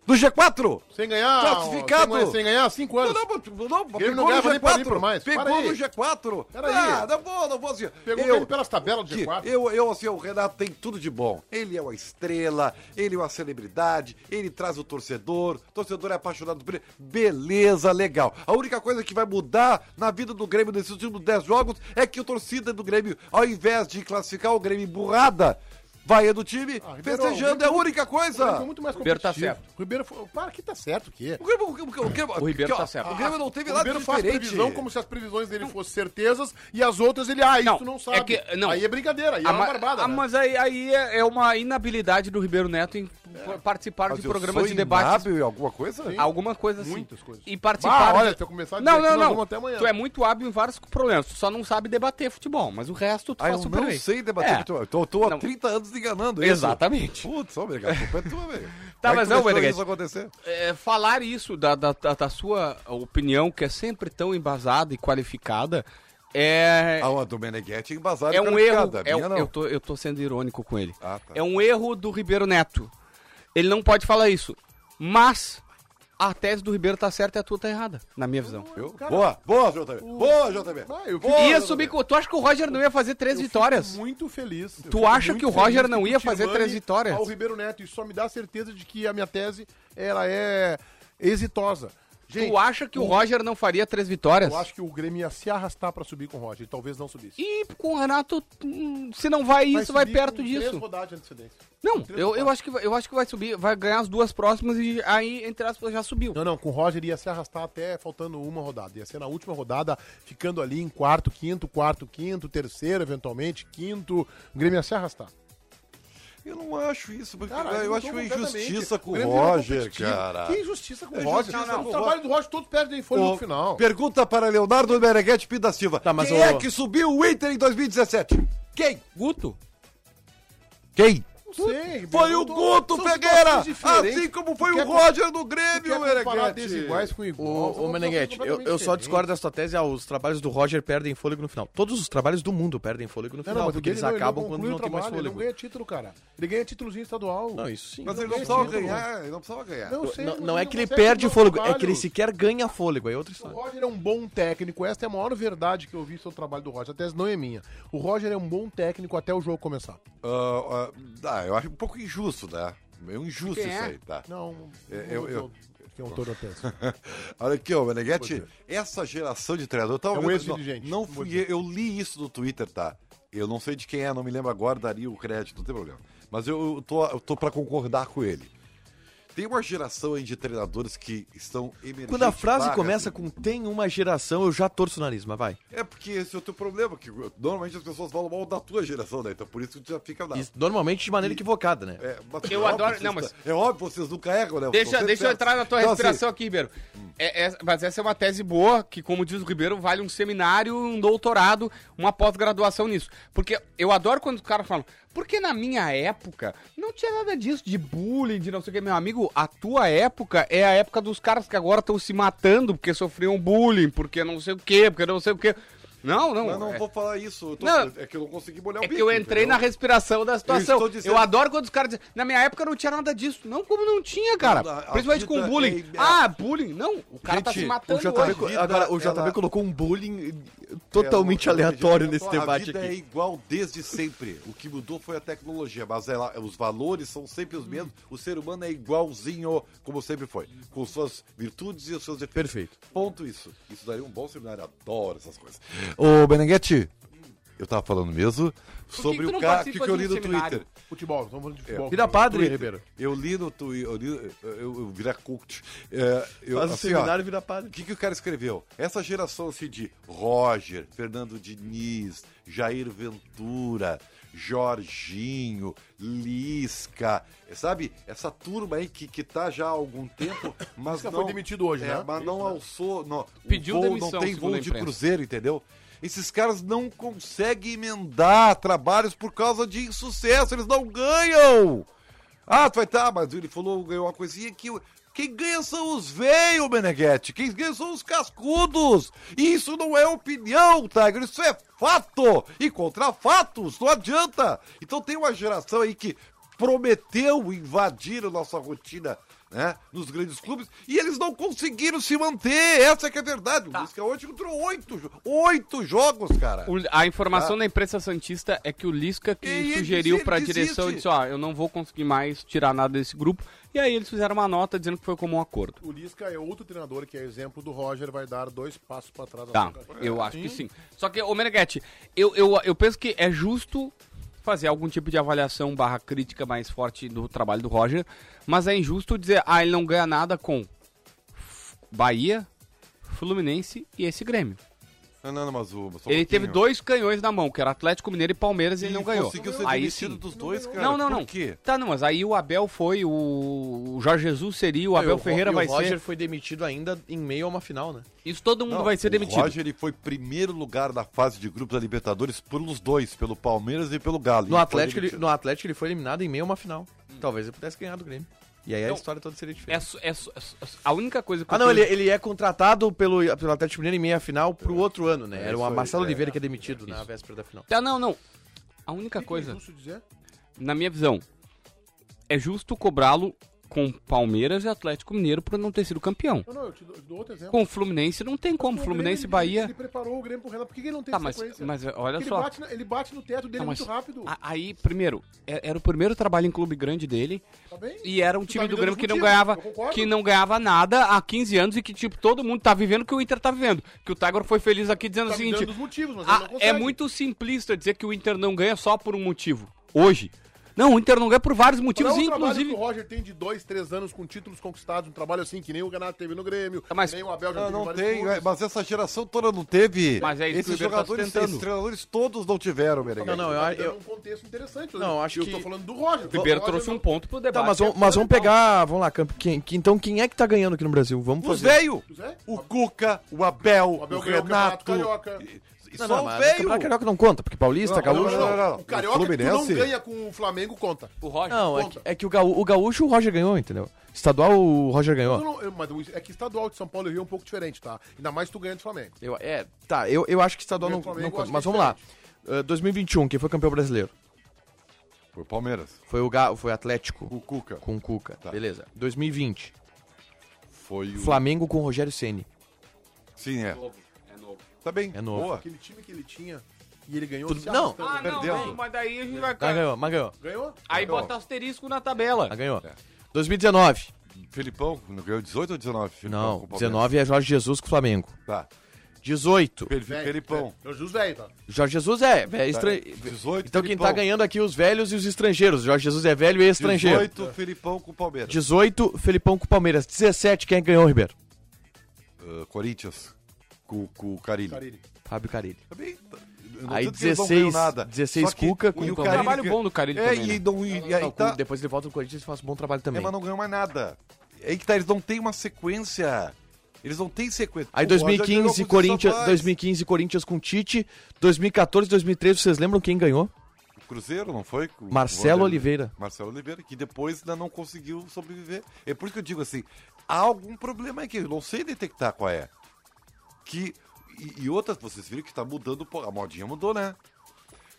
E: Do G4?
C: Sem ganhar.
E: Tá Classificado.
C: Sem ganhar, sem ganhar cinco
E: Não,
C: anos.
E: não, não, não,
C: Grêmio
E: pegou
C: não ganhava
E: no
C: nem pra mim
E: G4,
C: por mais. Para
E: Pegou
C: aí.
E: no G4.
C: Pera aí.
E: Ah, não vou, não vou assim.
C: Pegou o
E: eu,
C: Grêmio pelas tabelas do
E: que
C: G4.
E: eu, eu, assim, o Renato tem tudo de bom. Ele é uma estrela, ele é uma celebridade, ele traz o torcedor, o torcedor é apaixonado por ele. Beleza, legal. A única coisa que vai mudar na vida do Grêmio nesses últimos 10 jogos é que o torcida do Grêmio, ao invés de classificar o Grêmio emburrada, vai é do time,
C: Ah, liberou.
E: festejando, é a única
C: O Grêmio
E: coisa.
C: foi muito mais
D: Ribeiro tá
C: competitivo.
D: certo.
C: O Ribeiro foi... Para que tá certo o quê?
E: O Grêmio, o Grêmio- o Grêmio-
D: O Ribeiro
E: que, ó,
D: tá certo.
E: O Grêmio não teve
C: O
E: nada de
C: Ribeiro faz
E: diferente.
C: previsão como se as previsões dele fossem certezas e as outras ele, ah, isso
D: Não,
C: não,
D: é
C: sabe.
D: que- não.
C: Aí é brincadeira, aí é
D: Ah,
C: uma
D: mas-
C: barbada.
D: ah,
C: né?
D: Mas aí, aí é é uma inabilidade do Ribeiro Neto em p- participar
E: É. Mas
D: de
E: eu
D: programas
E: sou
D: de debate.
E: inábil em alguma coisa?
D: Alguma coisa assim.
C: Muitas coisas.
D: E participar.
C: Bah, olha,
D: de-
C: se eu começar a dizer
D: não,
C: aqui,
D: não,
C: nós
D: não.
C: vamos até amanhã.
D: Tu é muito hábil em vários problemas. Tu só não sabe debater futebol, mas o resto tu
E: Ah,
D: faz
E: eu
D: super
E: não
D: bem.
E: sei
D: É.
E: debater. É. Eu tô, tô há
D: Não.
E: 30 anos enganando
D: Exatamente.
E: Putz, ô, Meneghete, a culpa é tua,
D: Tá,
E: velho. Como é
D: mas
E: que
D: não,
E: tu deixou
D: Meneghete.
E: isso acontecer?
D: É, falar isso da, da, da- da sua opinião, que é sempre tão embasada e qualificada, é,
E: Ah, uma do Meneghete é embasada.
D: é
E: e
D: um erro.
E: qualificada. A
D: é um-
E: minha não.
D: eu, tô, eu tô sendo irônico com ele.
E: Ah, tá.
D: É um erro do Ribeiro Neto. Ele não pode falar isso. Mas a tese do Ribeiro tá certa e a tua tá errada, na minha visão.
E: Eu? Boa, boa, JB. Boa, JB.
C: Ah, eu
E: Boa,
D: ia
E: JB.
D: subir com- Tu acha que o Roger não ia fazer três
C: Eu
D: vitórias?
C: fico muito feliz. Eu
D: Tu
C: fico
D: acha
C: muito
D: que o
C: feliz
D: Roger não
C: tu
D: ia
C: te
D: fazer
C: mane
D: três vitórias?
C: Ao Ribeiro Neto, isso só me dá certeza de que a minha tese ela é exitosa. Gente,
D: Tu acha que o Roger não faria três vitórias?
C: eu acho que o Grêmio ia se arrastar pra subir com o Roger, e talvez não subisse.
D: E com o Renato, hum, se não vai isso, vai
C: subir
D: perto
C: com Três
D: disso.
C: rodadas de antecedência.
D: Não,
C: três
D: eu, eu,
C: rodadas.
D: acho que, vai- eu acho que vai subir, vai ganhar as duas próximas e aí, entre aspas, já subiu.
C: Não, não, com o Roger ia se arrastar até faltando uma rodada. Ia ser na última rodada, ficando ali em quarto, quinto, quarto, quinto, terceiro, eventualmente, quinto. O Grêmio ia se arrastar.
E: Eu não acho isso, porque
C: Cara,
E: eu
C: mudou
E: acho uma
C: completamente.
E: injustiça com o
C: Grêmio virou
E: Roger,
C: é competitivo.
E: cara.
C: Que injustiça com o
E: É
C: Roger.
E: injustiça com
C: O
E: o
C: trabalho do Roger todos perdem folha
E: Ô,
C: no final.
E: Pergunta para Leonardo Meneghete Pinto da Silva.
F: Tá, mas
E: Quem
F: o-
E: é que subiu o Inter em 2017? Quem?
D: Guto?
E: Quem?
C: Não sei,
E: Foi o
C: Bruno,
E: Guto
C: são
E: Pegueira!
C: situações diferentes.
E: Assim como
C: Tu
E: foi
C: quer
E: o
C: com-
E: Roger do
C: tu quer
E: Grêmio,
C: comparar
E: Meneghete.
C: desiguais com iguais.
F: Ô, ô Meneghete, eu, eu só discordo dessa tua tese, ah, os trabalhos do Roger perdem fôlego no final. Todos os trabalhos do mundo perdem fôlego no
C: Não,
F: final,
C: não, mas
F: porque eles acabam quando não tem mais
C: Ele não
F: fôlego.
C: ganha título, cara. Ele ganha títulozinho estadual.
F: Não, isso sim.
E: Mas ele
C: não
E: não precisava
C: ganha título.
E: ganhar, ele não precisava ganhar.
C: Não
F: Não,
C: sei,
F: não
C: mas
F: é que ele
C: consegue
F: perde
C: mudar
F: fôlego,
C: os
F: é que ele
C: trabalhos.
F: sequer ganha fôlego, aí é outra
C: O
F: história.
C: Roger é um bom técnico, essa é a maior verdade que eu vi sobre o trabalho do Roger. A tese não é minha. O Roger é um bom técnico até o jogo começar.
E: Ah, ah, ah, eu acho um pouco injusto, né? Meio injusto
D: Quem
E: isso
D: é?
E: aí, tá?
C: Não,
E: É, eu- eu-
C: que é um autor da tese.
E: Olha aqui, ó, Meneghete, essa geração de treinador... eu Tava
C: É um
E: vendo-
C: ex-dirigente,
E: Não, não
C: vou
E: fui eu, eu li isso no Twitter, tá? Eu não sei de quem é, não me lembro agora, daria o crédito, não tem problema. Mas eu, eu tô, eu tô pra concordar com ele. Tem uma geração aí de treinadores que estão emergentes.
F: Quando a frase
E: vagas,
F: começa com tem uma geração, eu já torço o nariz, mas vai.
E: É porque esse é o teu problema, que normalmente as pessoas falam mal da tua geração, né? Então por isso que tu já fica lá.
F: Isso, normalmente de maneira equivocada, né?
E: É, mas
D: Eu
E: óbvio
D: adoro-
E: que
D: não,
E: vocês-
D: mas-
E: É óbvio, vocês nunca erram, né?
D: Deixa,
E: Vocês
D: deixa eu
E: certos.
D: entrar na tua
E: Então, assim,
D: respiração aqui, Ribeiro. É- é- mas essa é uma tese boa, que, como diz o Ribeiro, vale um seminário, um doutorado, uma pós-graduação nisso. Porque eu adoro quando os caras falam, porque na minha época não tinha nada disso, de bullying, de não sei o que. Meu amigo, a tua época é a época dos caras que agora estão se matando porque sofriam bullying, porque não sei o que, porque não sei o que. Não, não.
E: Mas não
D: é-
E: vou falar isso. eu tô-
D: Não.
E: é que eu não consegui molhar o
D: é
E: bico.
D: que eu entrei na
E: entendeu?
D: respiração da situação.
E: estou
D: Eu,
E: dizendo-
D: adoro quando os caras dizem, na minha época não tinha nada disso. Não, como não tinha, cara?
E: Não, a- a
D: Principalmente com
E: vida
D: bullying.
E: é-
D: Ah, bullying? Não, o cara tá
E: Gente,
D: se
E: o
D: matando
F: O JB,
D: hoje.
F: co-
E: vida,
F: agora, o JB
E: ela-
F: colocou um bullying.
E: É,
F: totalmente aleatório nesse debate
E: A vida
F: aqui.
E: é igual desde sempre. O que mudou foi a tecnologia, mas ela- os valores são sempre os mesmos. O ser humano é igualzinho como sempre foi, com suas virtudes e os seus defeitos.
F: Perfeito.
E: Ponto isso. Isso daria um bom seminário. Adoro essas coisas. Ô, Beneguete, eu tava falando mesmo sobre
D: tu
E: o
D: não
E: cara que,
D: participa
E: eu
D: de um
E: li no
D: seminário?
E: Twitter.
C: Futebol, estamos falando de futebol.
F: Vira padre.
C: Ribeiro.
E: Eu li no Twitter, eu, li- eu, eu virar cult. É, eu,
F: Faz o
E: assim, ó,
F: seminário e vira padre.
E: o que, que o cara escreveu? Essa geração assim, de Roger, Fernando Diniz, Jair Ventura, Jorginho, Lisca, é, sabe? Essa turma aí que, que tá já há algum tempo, mas
C: Lisca
E: não... é,
C: foi demitido hoje, né?
E: Mas não alçou... Não, o
D: Pediu
E: voo
D: demissão,
E: Não tem
D: segundo
E: voo
D: a
E: de
D: imprensa.
E: cruzeiro, entendeu? Esses caras não conseguem emendar trabalhos por causa de insucesso, eles não ganham! Ah, tu vai tá, mas ele falou, ganhou uma coisinha que. o- Quem ganha são os veios, Meneghete. Quem ganha são os cascudos. E isso não é opinião, Tiger. Isso é fato. E contra fatos, não adianta. Então tem uma geração aí que prometeu invadir a nossa rotina, né? Nos grandes clubes. E eles não conseguiram se manter. Essa que é a verdade.
D: Tá.
E: O Lisca hoje encontrou oito, jo- oito jogos, cara.
D: O- a informação da imprensa santista é que o Lisca que
E: Ah. Ele
D: sugeriu
E: disse-
D: pra
E: ele
D: direção e disse,
E: desiste.
D: ó, eu não vou conseguir mais tirar nada desse grupo. E aí eles fizeram uma nota dizendo que foi como um acordo.
C: O Lisca é outro treinador que é exemplo do Roger, vai dar dois passos pra trás. na
D: Tá,
C: sua carreira.
D: eu acho que sim. Só que, ô Meneghetti, eu, eu, eu penso que é justo fazer algum tipo de avaliação barra crítica mais forte do trabalho do Roger, mas é injusto dizer, ah, ele não ganha nada com Bahia, Fluminense e esse Grêmio.
E: Não, não, não, mas o. só um
D: ele teve
E: pouquinho.
D: dois canhões na mão, que era Atlético Mineiro e Palmeiras, e ele não ganhou.
E: Conseguiu ser
D: Aí
E: demitido
D: sim.
E: dos dois, cara.
D: Não, não, não.
E: Por quê?
D: Tá, não, mas aí o Abel foi, o o Jorge Jesus seria, o Abel
F: E o Ro-
D: Ferreira
F: e
D: vai
F: o Roger
D: ser.
F: foi demitido ainda em meio a uma final, né?
D: Isso todo mundo
E: Não,
D: vai ser demitido.
E: O Roger ele foi primeiro lugar na fase de grupos da Libertadores pelos dois, pelo Palmeiras e pelo Galo. E
F: No
E: foi
F: Atlético, ele,
E: demitido.
F: no Atlético ele foi Hum. eliminado em meio a uma final. Talvez ele pudesse ganhar do Grêmio. E aí a história toda seria
D: É,
F: diferente.
D: só- é só- é só- a única coisa que
F: Ah,
D: eu
F: não,
D: tenho-
F: ele, ele é contratado pelo, pelo Atlético Mineiro em meia final pro outro ano, né? Era o Marcelo Oliveira que é demitido na véspera da final.
D: Tá, não, não. A única
C: É
D: coisa,
C: justo dizer?
D: na minha visão, é justo cobrá-lo com Palmeiras e Atlético Mineiro por não ter sido campeão.
C: Não, não, eu te dou, eu te dou outro exemplo.
D: Com o Fluminense não tem como.
C: O
D: Fluminense e
C: Grêmio, ele-
D: Bahia.
C: Ele preparou o Grêmio pro Renato. Por que que ele não tem
D: Tá, mas,
C: sequência?
D: mas olha
C: Porque ele
D: só.
C: Bate, na- ele bate no teto dele
D: Não,
C: é
D: mas-
C: muito rápido.
D: a- Aí, primeiro, é- era o primeiro trabalho em clube grande dele.
C: Tá bem?
D: E era um
C: Tu tá
D: time
C: me
D: do
C: dando
D: Grêmio
C: os
D: que não
C: motivos,
D: ganhava
C: eu concordo.
D: que não ganhava nada há 15 anos e que, tipo, todo mundo tá vivendo o que o Inter tá vivendo. Que o Tiger foi feliz aqui dizendo
C: Tá me
D: o seguinte:
C: dando os motivos, mas
D: ah,
C: ele não
D: é
C: consegue.
D: muito simplista dizer que o Inter não ganha só por um motivo. Hoje. Não, o Inter não ganha por vários
C: Qual é
D: motivos,
C: o trabalho
D: inclusive.
C: que o Roger tem de dois, três anos com títulos conquistados, um trabalho assim que nem o Renato teve no Grêmio,
D: Tá, Mas-
C: que nem o Abel já
E: Não,
C: teve em
E: não
C: vários
E: tem,
C: clubes.
E: é, mas essa geração toda não teve.
D: Mas é isso
E: Esses
D: que o Weber tá
E: jogadores,
D: sustentando.
E: esses treinadores todos não tiveram, Meneghete.
F: Não, não,
C: Tá me
F: eu,
C: dando
F: eu,
C: um contexto interessante.
F: Não, acho
C: eu
F: que-
C: tô falando do Roger.
D: O Ribeiro trouxe um ponto pro debate.
F: Tá, mas, vamos- mas vamos pegar. Vamos lá, Campo. Quem, que- então, quem é que tá ganhando aqui no Brasil? Vamos
E: Os
F: fazer.
E: velho,
C: Zé?
E: o Cuca, o Abel,
C: O
E: o,
C: Abel ganhou o Campeonato
E: Renato.
C: Carioca.
E: E- e
F: Não,
E: só
F: não,
E: o
F: mas é o
E: velho.
F: Campeonato né? Carioca não conta, porque Paulista,
E: Não,
F: Gaúcho.
E: não, não, não.
C: O Carioca
E: O
C: que tu não
E: Fluminense-
C: ganha com o Flamengo, conta.
D: O Roger.
F: Não, é
C: Conta.
F: que, é que o, Gaú- o Gaúcho o Roger ganhou, entendeu? Estadual o Roger
E: Ah.
F: ganhou.
C: Tu não- eu- mas o- é que estadual de São Paulo e Rio é um pouco diferente, tá? Ainda mais tu ganha do Flamengo.
F: Eu, é, tá, eu, eu acho que estadual
C: Meu
F: não,
C: Flamengo
F: não
C: eu
F: conta.
C: acho
F: Mas
C: que é
F: vamos lá. Uh, 2021, quem foi campeão brasileiro?
E: Foi o Palmeiras.
F: Foi o Ga foi Atlético
E: O Cuca.
F: com o Cuca.
E: Tá.
F: Beleza. 2020,
E: Foi o.
F: Flamengo com o Rogério Ceni.
E: Sim, é.
D: É novo.
E: Tá bem.
F: É novo.
E: Boa.
C: Aquele time que ele tinha e ele ganhou.
F: Tudo-
C: se
F: não.
C: arrastando.
D: Ah, não,
E: Perdeu.
D: não, mas daí a gente vai.
E: É.
F: Mas Ah, Tá, ganhou, mas ganhou.
C: Ganhou?
D: Aí bota asterisco na tabela.
F: Mas ganhou.
E: É.
F: 2019.
E: Felipão, não ganhou 18 ou 19? Felipão com
F: Não,
E: o Palmeiras.
F: 19 é Jorge Jesus com o Flamengo.
E: Tá.
F: 18.
E: Fel-
C: Velho,
E: Felipão.
C: velho. Eu juro, velho, tá?
F: Jorge Jesus é,
E: Tá,
F: é estran...
E: 18,
F: Então quem
E: Felipão.
F: tá ganhando aqui é os velhos e os estrangeiros. Jorge Jesus é velho e estrangeiro. 18,
E: 18, Felipão com o Palmeiras.
F: Felipão com o Palmeiras. 17, quem é ganhou, Ribeiro?
E: Uh, Corinthians com, com o Carilli.
C: Carilli.
F: Fábio Carilli.
E: Também, eu não
F: Aí
E: sinto que eles não ganham
F: 16, 16
E: Só que
F: Cuca com
E: e o
F: o Palmeiras.
E: Carilli
F: um
D: Trabalho
E: ganha-
D: bom do Carilli
E: é,
D: também,
E: E,
D: né?
E: não, e, aí
F: Não,
E: tá,
F: com- Depois ele volta no Corinthians e faz um bom trabalho
E: é,
F: também.
E: mas não ganham mais nada. É aí que tá, eles não têm uma sequência. Eles não têm sequência.
F: Aí
E: O Roger ganhou
F: 2015,
E: com os
F: Corinthians,
E: estaduais.
F: 2015, Corinthians com Tite. 2014, 2013, vocês lembram quem ganhou?
E: O Cruzeiro, não foi? O
F: Marcelo
E: Roger-
F: Oliveira.
E: Marcelo Oliveira, que depois ainda não conseguiu sobreviver. É por isso que eu digo assim, há algum problema aqui, eu não sei detectar qual é. Que, e, e outras, vocês viram que tá mudando, pô, a modinha mudou, né?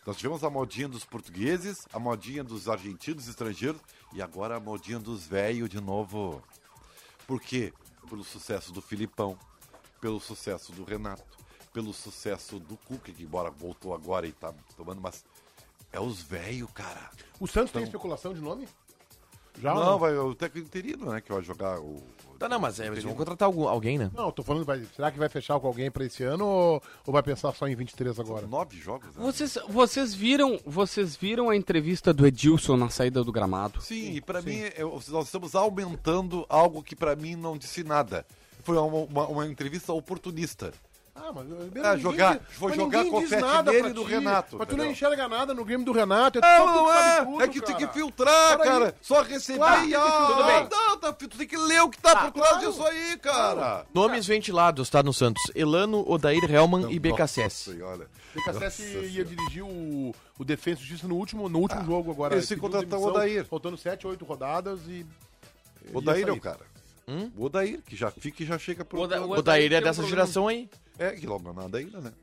E: Nós tivemos a modinha dos portugueses, a modinha dos argentinos estrangeiros e agora a modinha dos velhos de novo. Por quê? Pelo sucesso do Filipão, pelo sucesso do Renato, pelo sucesso do Cuca, que embora voltou agora e tá tomando, mas é os velhos, cara.
C: O Santos tem especulação de nome? Já ou
E: não,
C: não?
E: vai o técnico interino, né, que vai jogar o...
F: Tá, não, mas é, eles vão contratar algum- alguém, né?
C: Não, eu tô falando, vai- será que vai fechar com alguém pra esse ano ou, ou vai pensar só em 23 agora?
E: Nove jogos, né?
D: Vocês, vocês, viram, vocês viram a entrevista do Edilson na saída do gramado?
E: Sim, e pra mim, é, eu- nós estamos aumentando algo que pra mim não disse nada. Foi uma, uma- uma entrevista oportunista.
C: Ah, mas eu-
E: Ah,
C: ninguém
E: jogar-
C: diz-
E: vou
C: mas
E: jogar
C: ninguém diz
E: confete nele
C: pra
E: e do
C: ti,
E: Renato,
C: Mas tu não
E: entendeu?
C: enxerga nada no game do Renato. É,
E: Não,
C: só tu
E: não
C: sabe
E: é!
C: tudo,
E: é que tu tem
C: cara.
E: que filtrar,
C: Peraí.
E: cara! Só receber
C: Claro
E: e.
C: que tem que
E: Ah,
C: filtrar. Tudo bem.
E: Não, tá, tu tem que ler o que tá por trás
C: claro.
E: disso aí, cara!
F: Nomes ventilados, tá, no Santos. Elano, Odair Hellman e BKSS.
E: Nossa senhora.
C: BKSS ia dirigir o, o Defensa e Justiça no último, no último jogo agora.
E: esse
C: Pediu
E: contratou o
C: demissão,
E: Odair.
C: Faltando 7, 8 rodadas e.
E: O Daír é o
C: sair.
E: cara.
F: Hum?
E: O Odair, que já fica e já chega pro.
D: Oda- o-
F: Odair é
D: tem um
F: dessa
D: problema.
F: geração aí.
E: É, que não ganha nada ainda, né?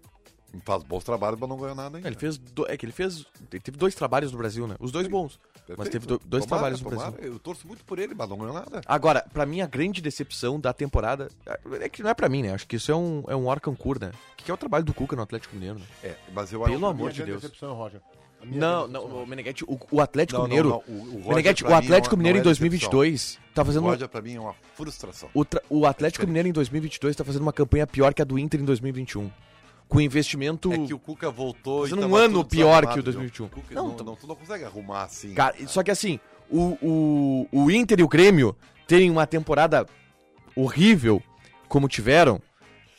E: Faz bons trabalhos, mas não ganha nada ainda.
F: Ele fez. do- É que ele fez. Ele teve dois trabalhos no Brasil, né? Os dois bons. Mas
E: Perfeito.
F: teve do- dois
E: Tomara,
F: trabalhos no
E: tomara.
F: Brasil. Ah,
E: Eu torço muito por ele, mas não ganhou nada.
F: Agora, pra mim, a grande decepção da temporada. É que não é pra mim, né? Acho que isso é um, é um Orcancur, né? O que que é o trabalho do Cuca no Atlético Mineiro, né?
E: É, mas eu
F: Pelo
E: acho
F: amor
C: Minha
F: de
C: grande
F: Deus.
C: decepção, Roger. A minha
F: Não,
C: grande decepção.
F: não, o Meneghete, o, o Atlético
E: Não, não,
F: Mineiro.
E: não, o- o Roger,
F: Meneghete,
E: pra
F: o
E: mim,
F: Atlético
E: não-
F: Mineiro
E: não
F: em
E: é
F: 2022 tá
E: que
F: fazendo.
E: o Roger É pra mim é uma frustração.
F: O, tra- o Atlético Mineiro em 2022 tá fazendo uma campanha pior que a do Inter em 2021. Com investimento.
E: É que o Cuca voltou
F: Fazendo um
E: tava
F: ano
E: tudo
F: pior que
E: desarrumado,
F: o 2021.
E: viu? Cuca,
F: Não,
E: não,
F: tu-
E: não, tu não consegue arrumar assim.
F: Cara, só que assim, o, o, o Inter e o Grêmio terem uma temporada horrível, como tiveram,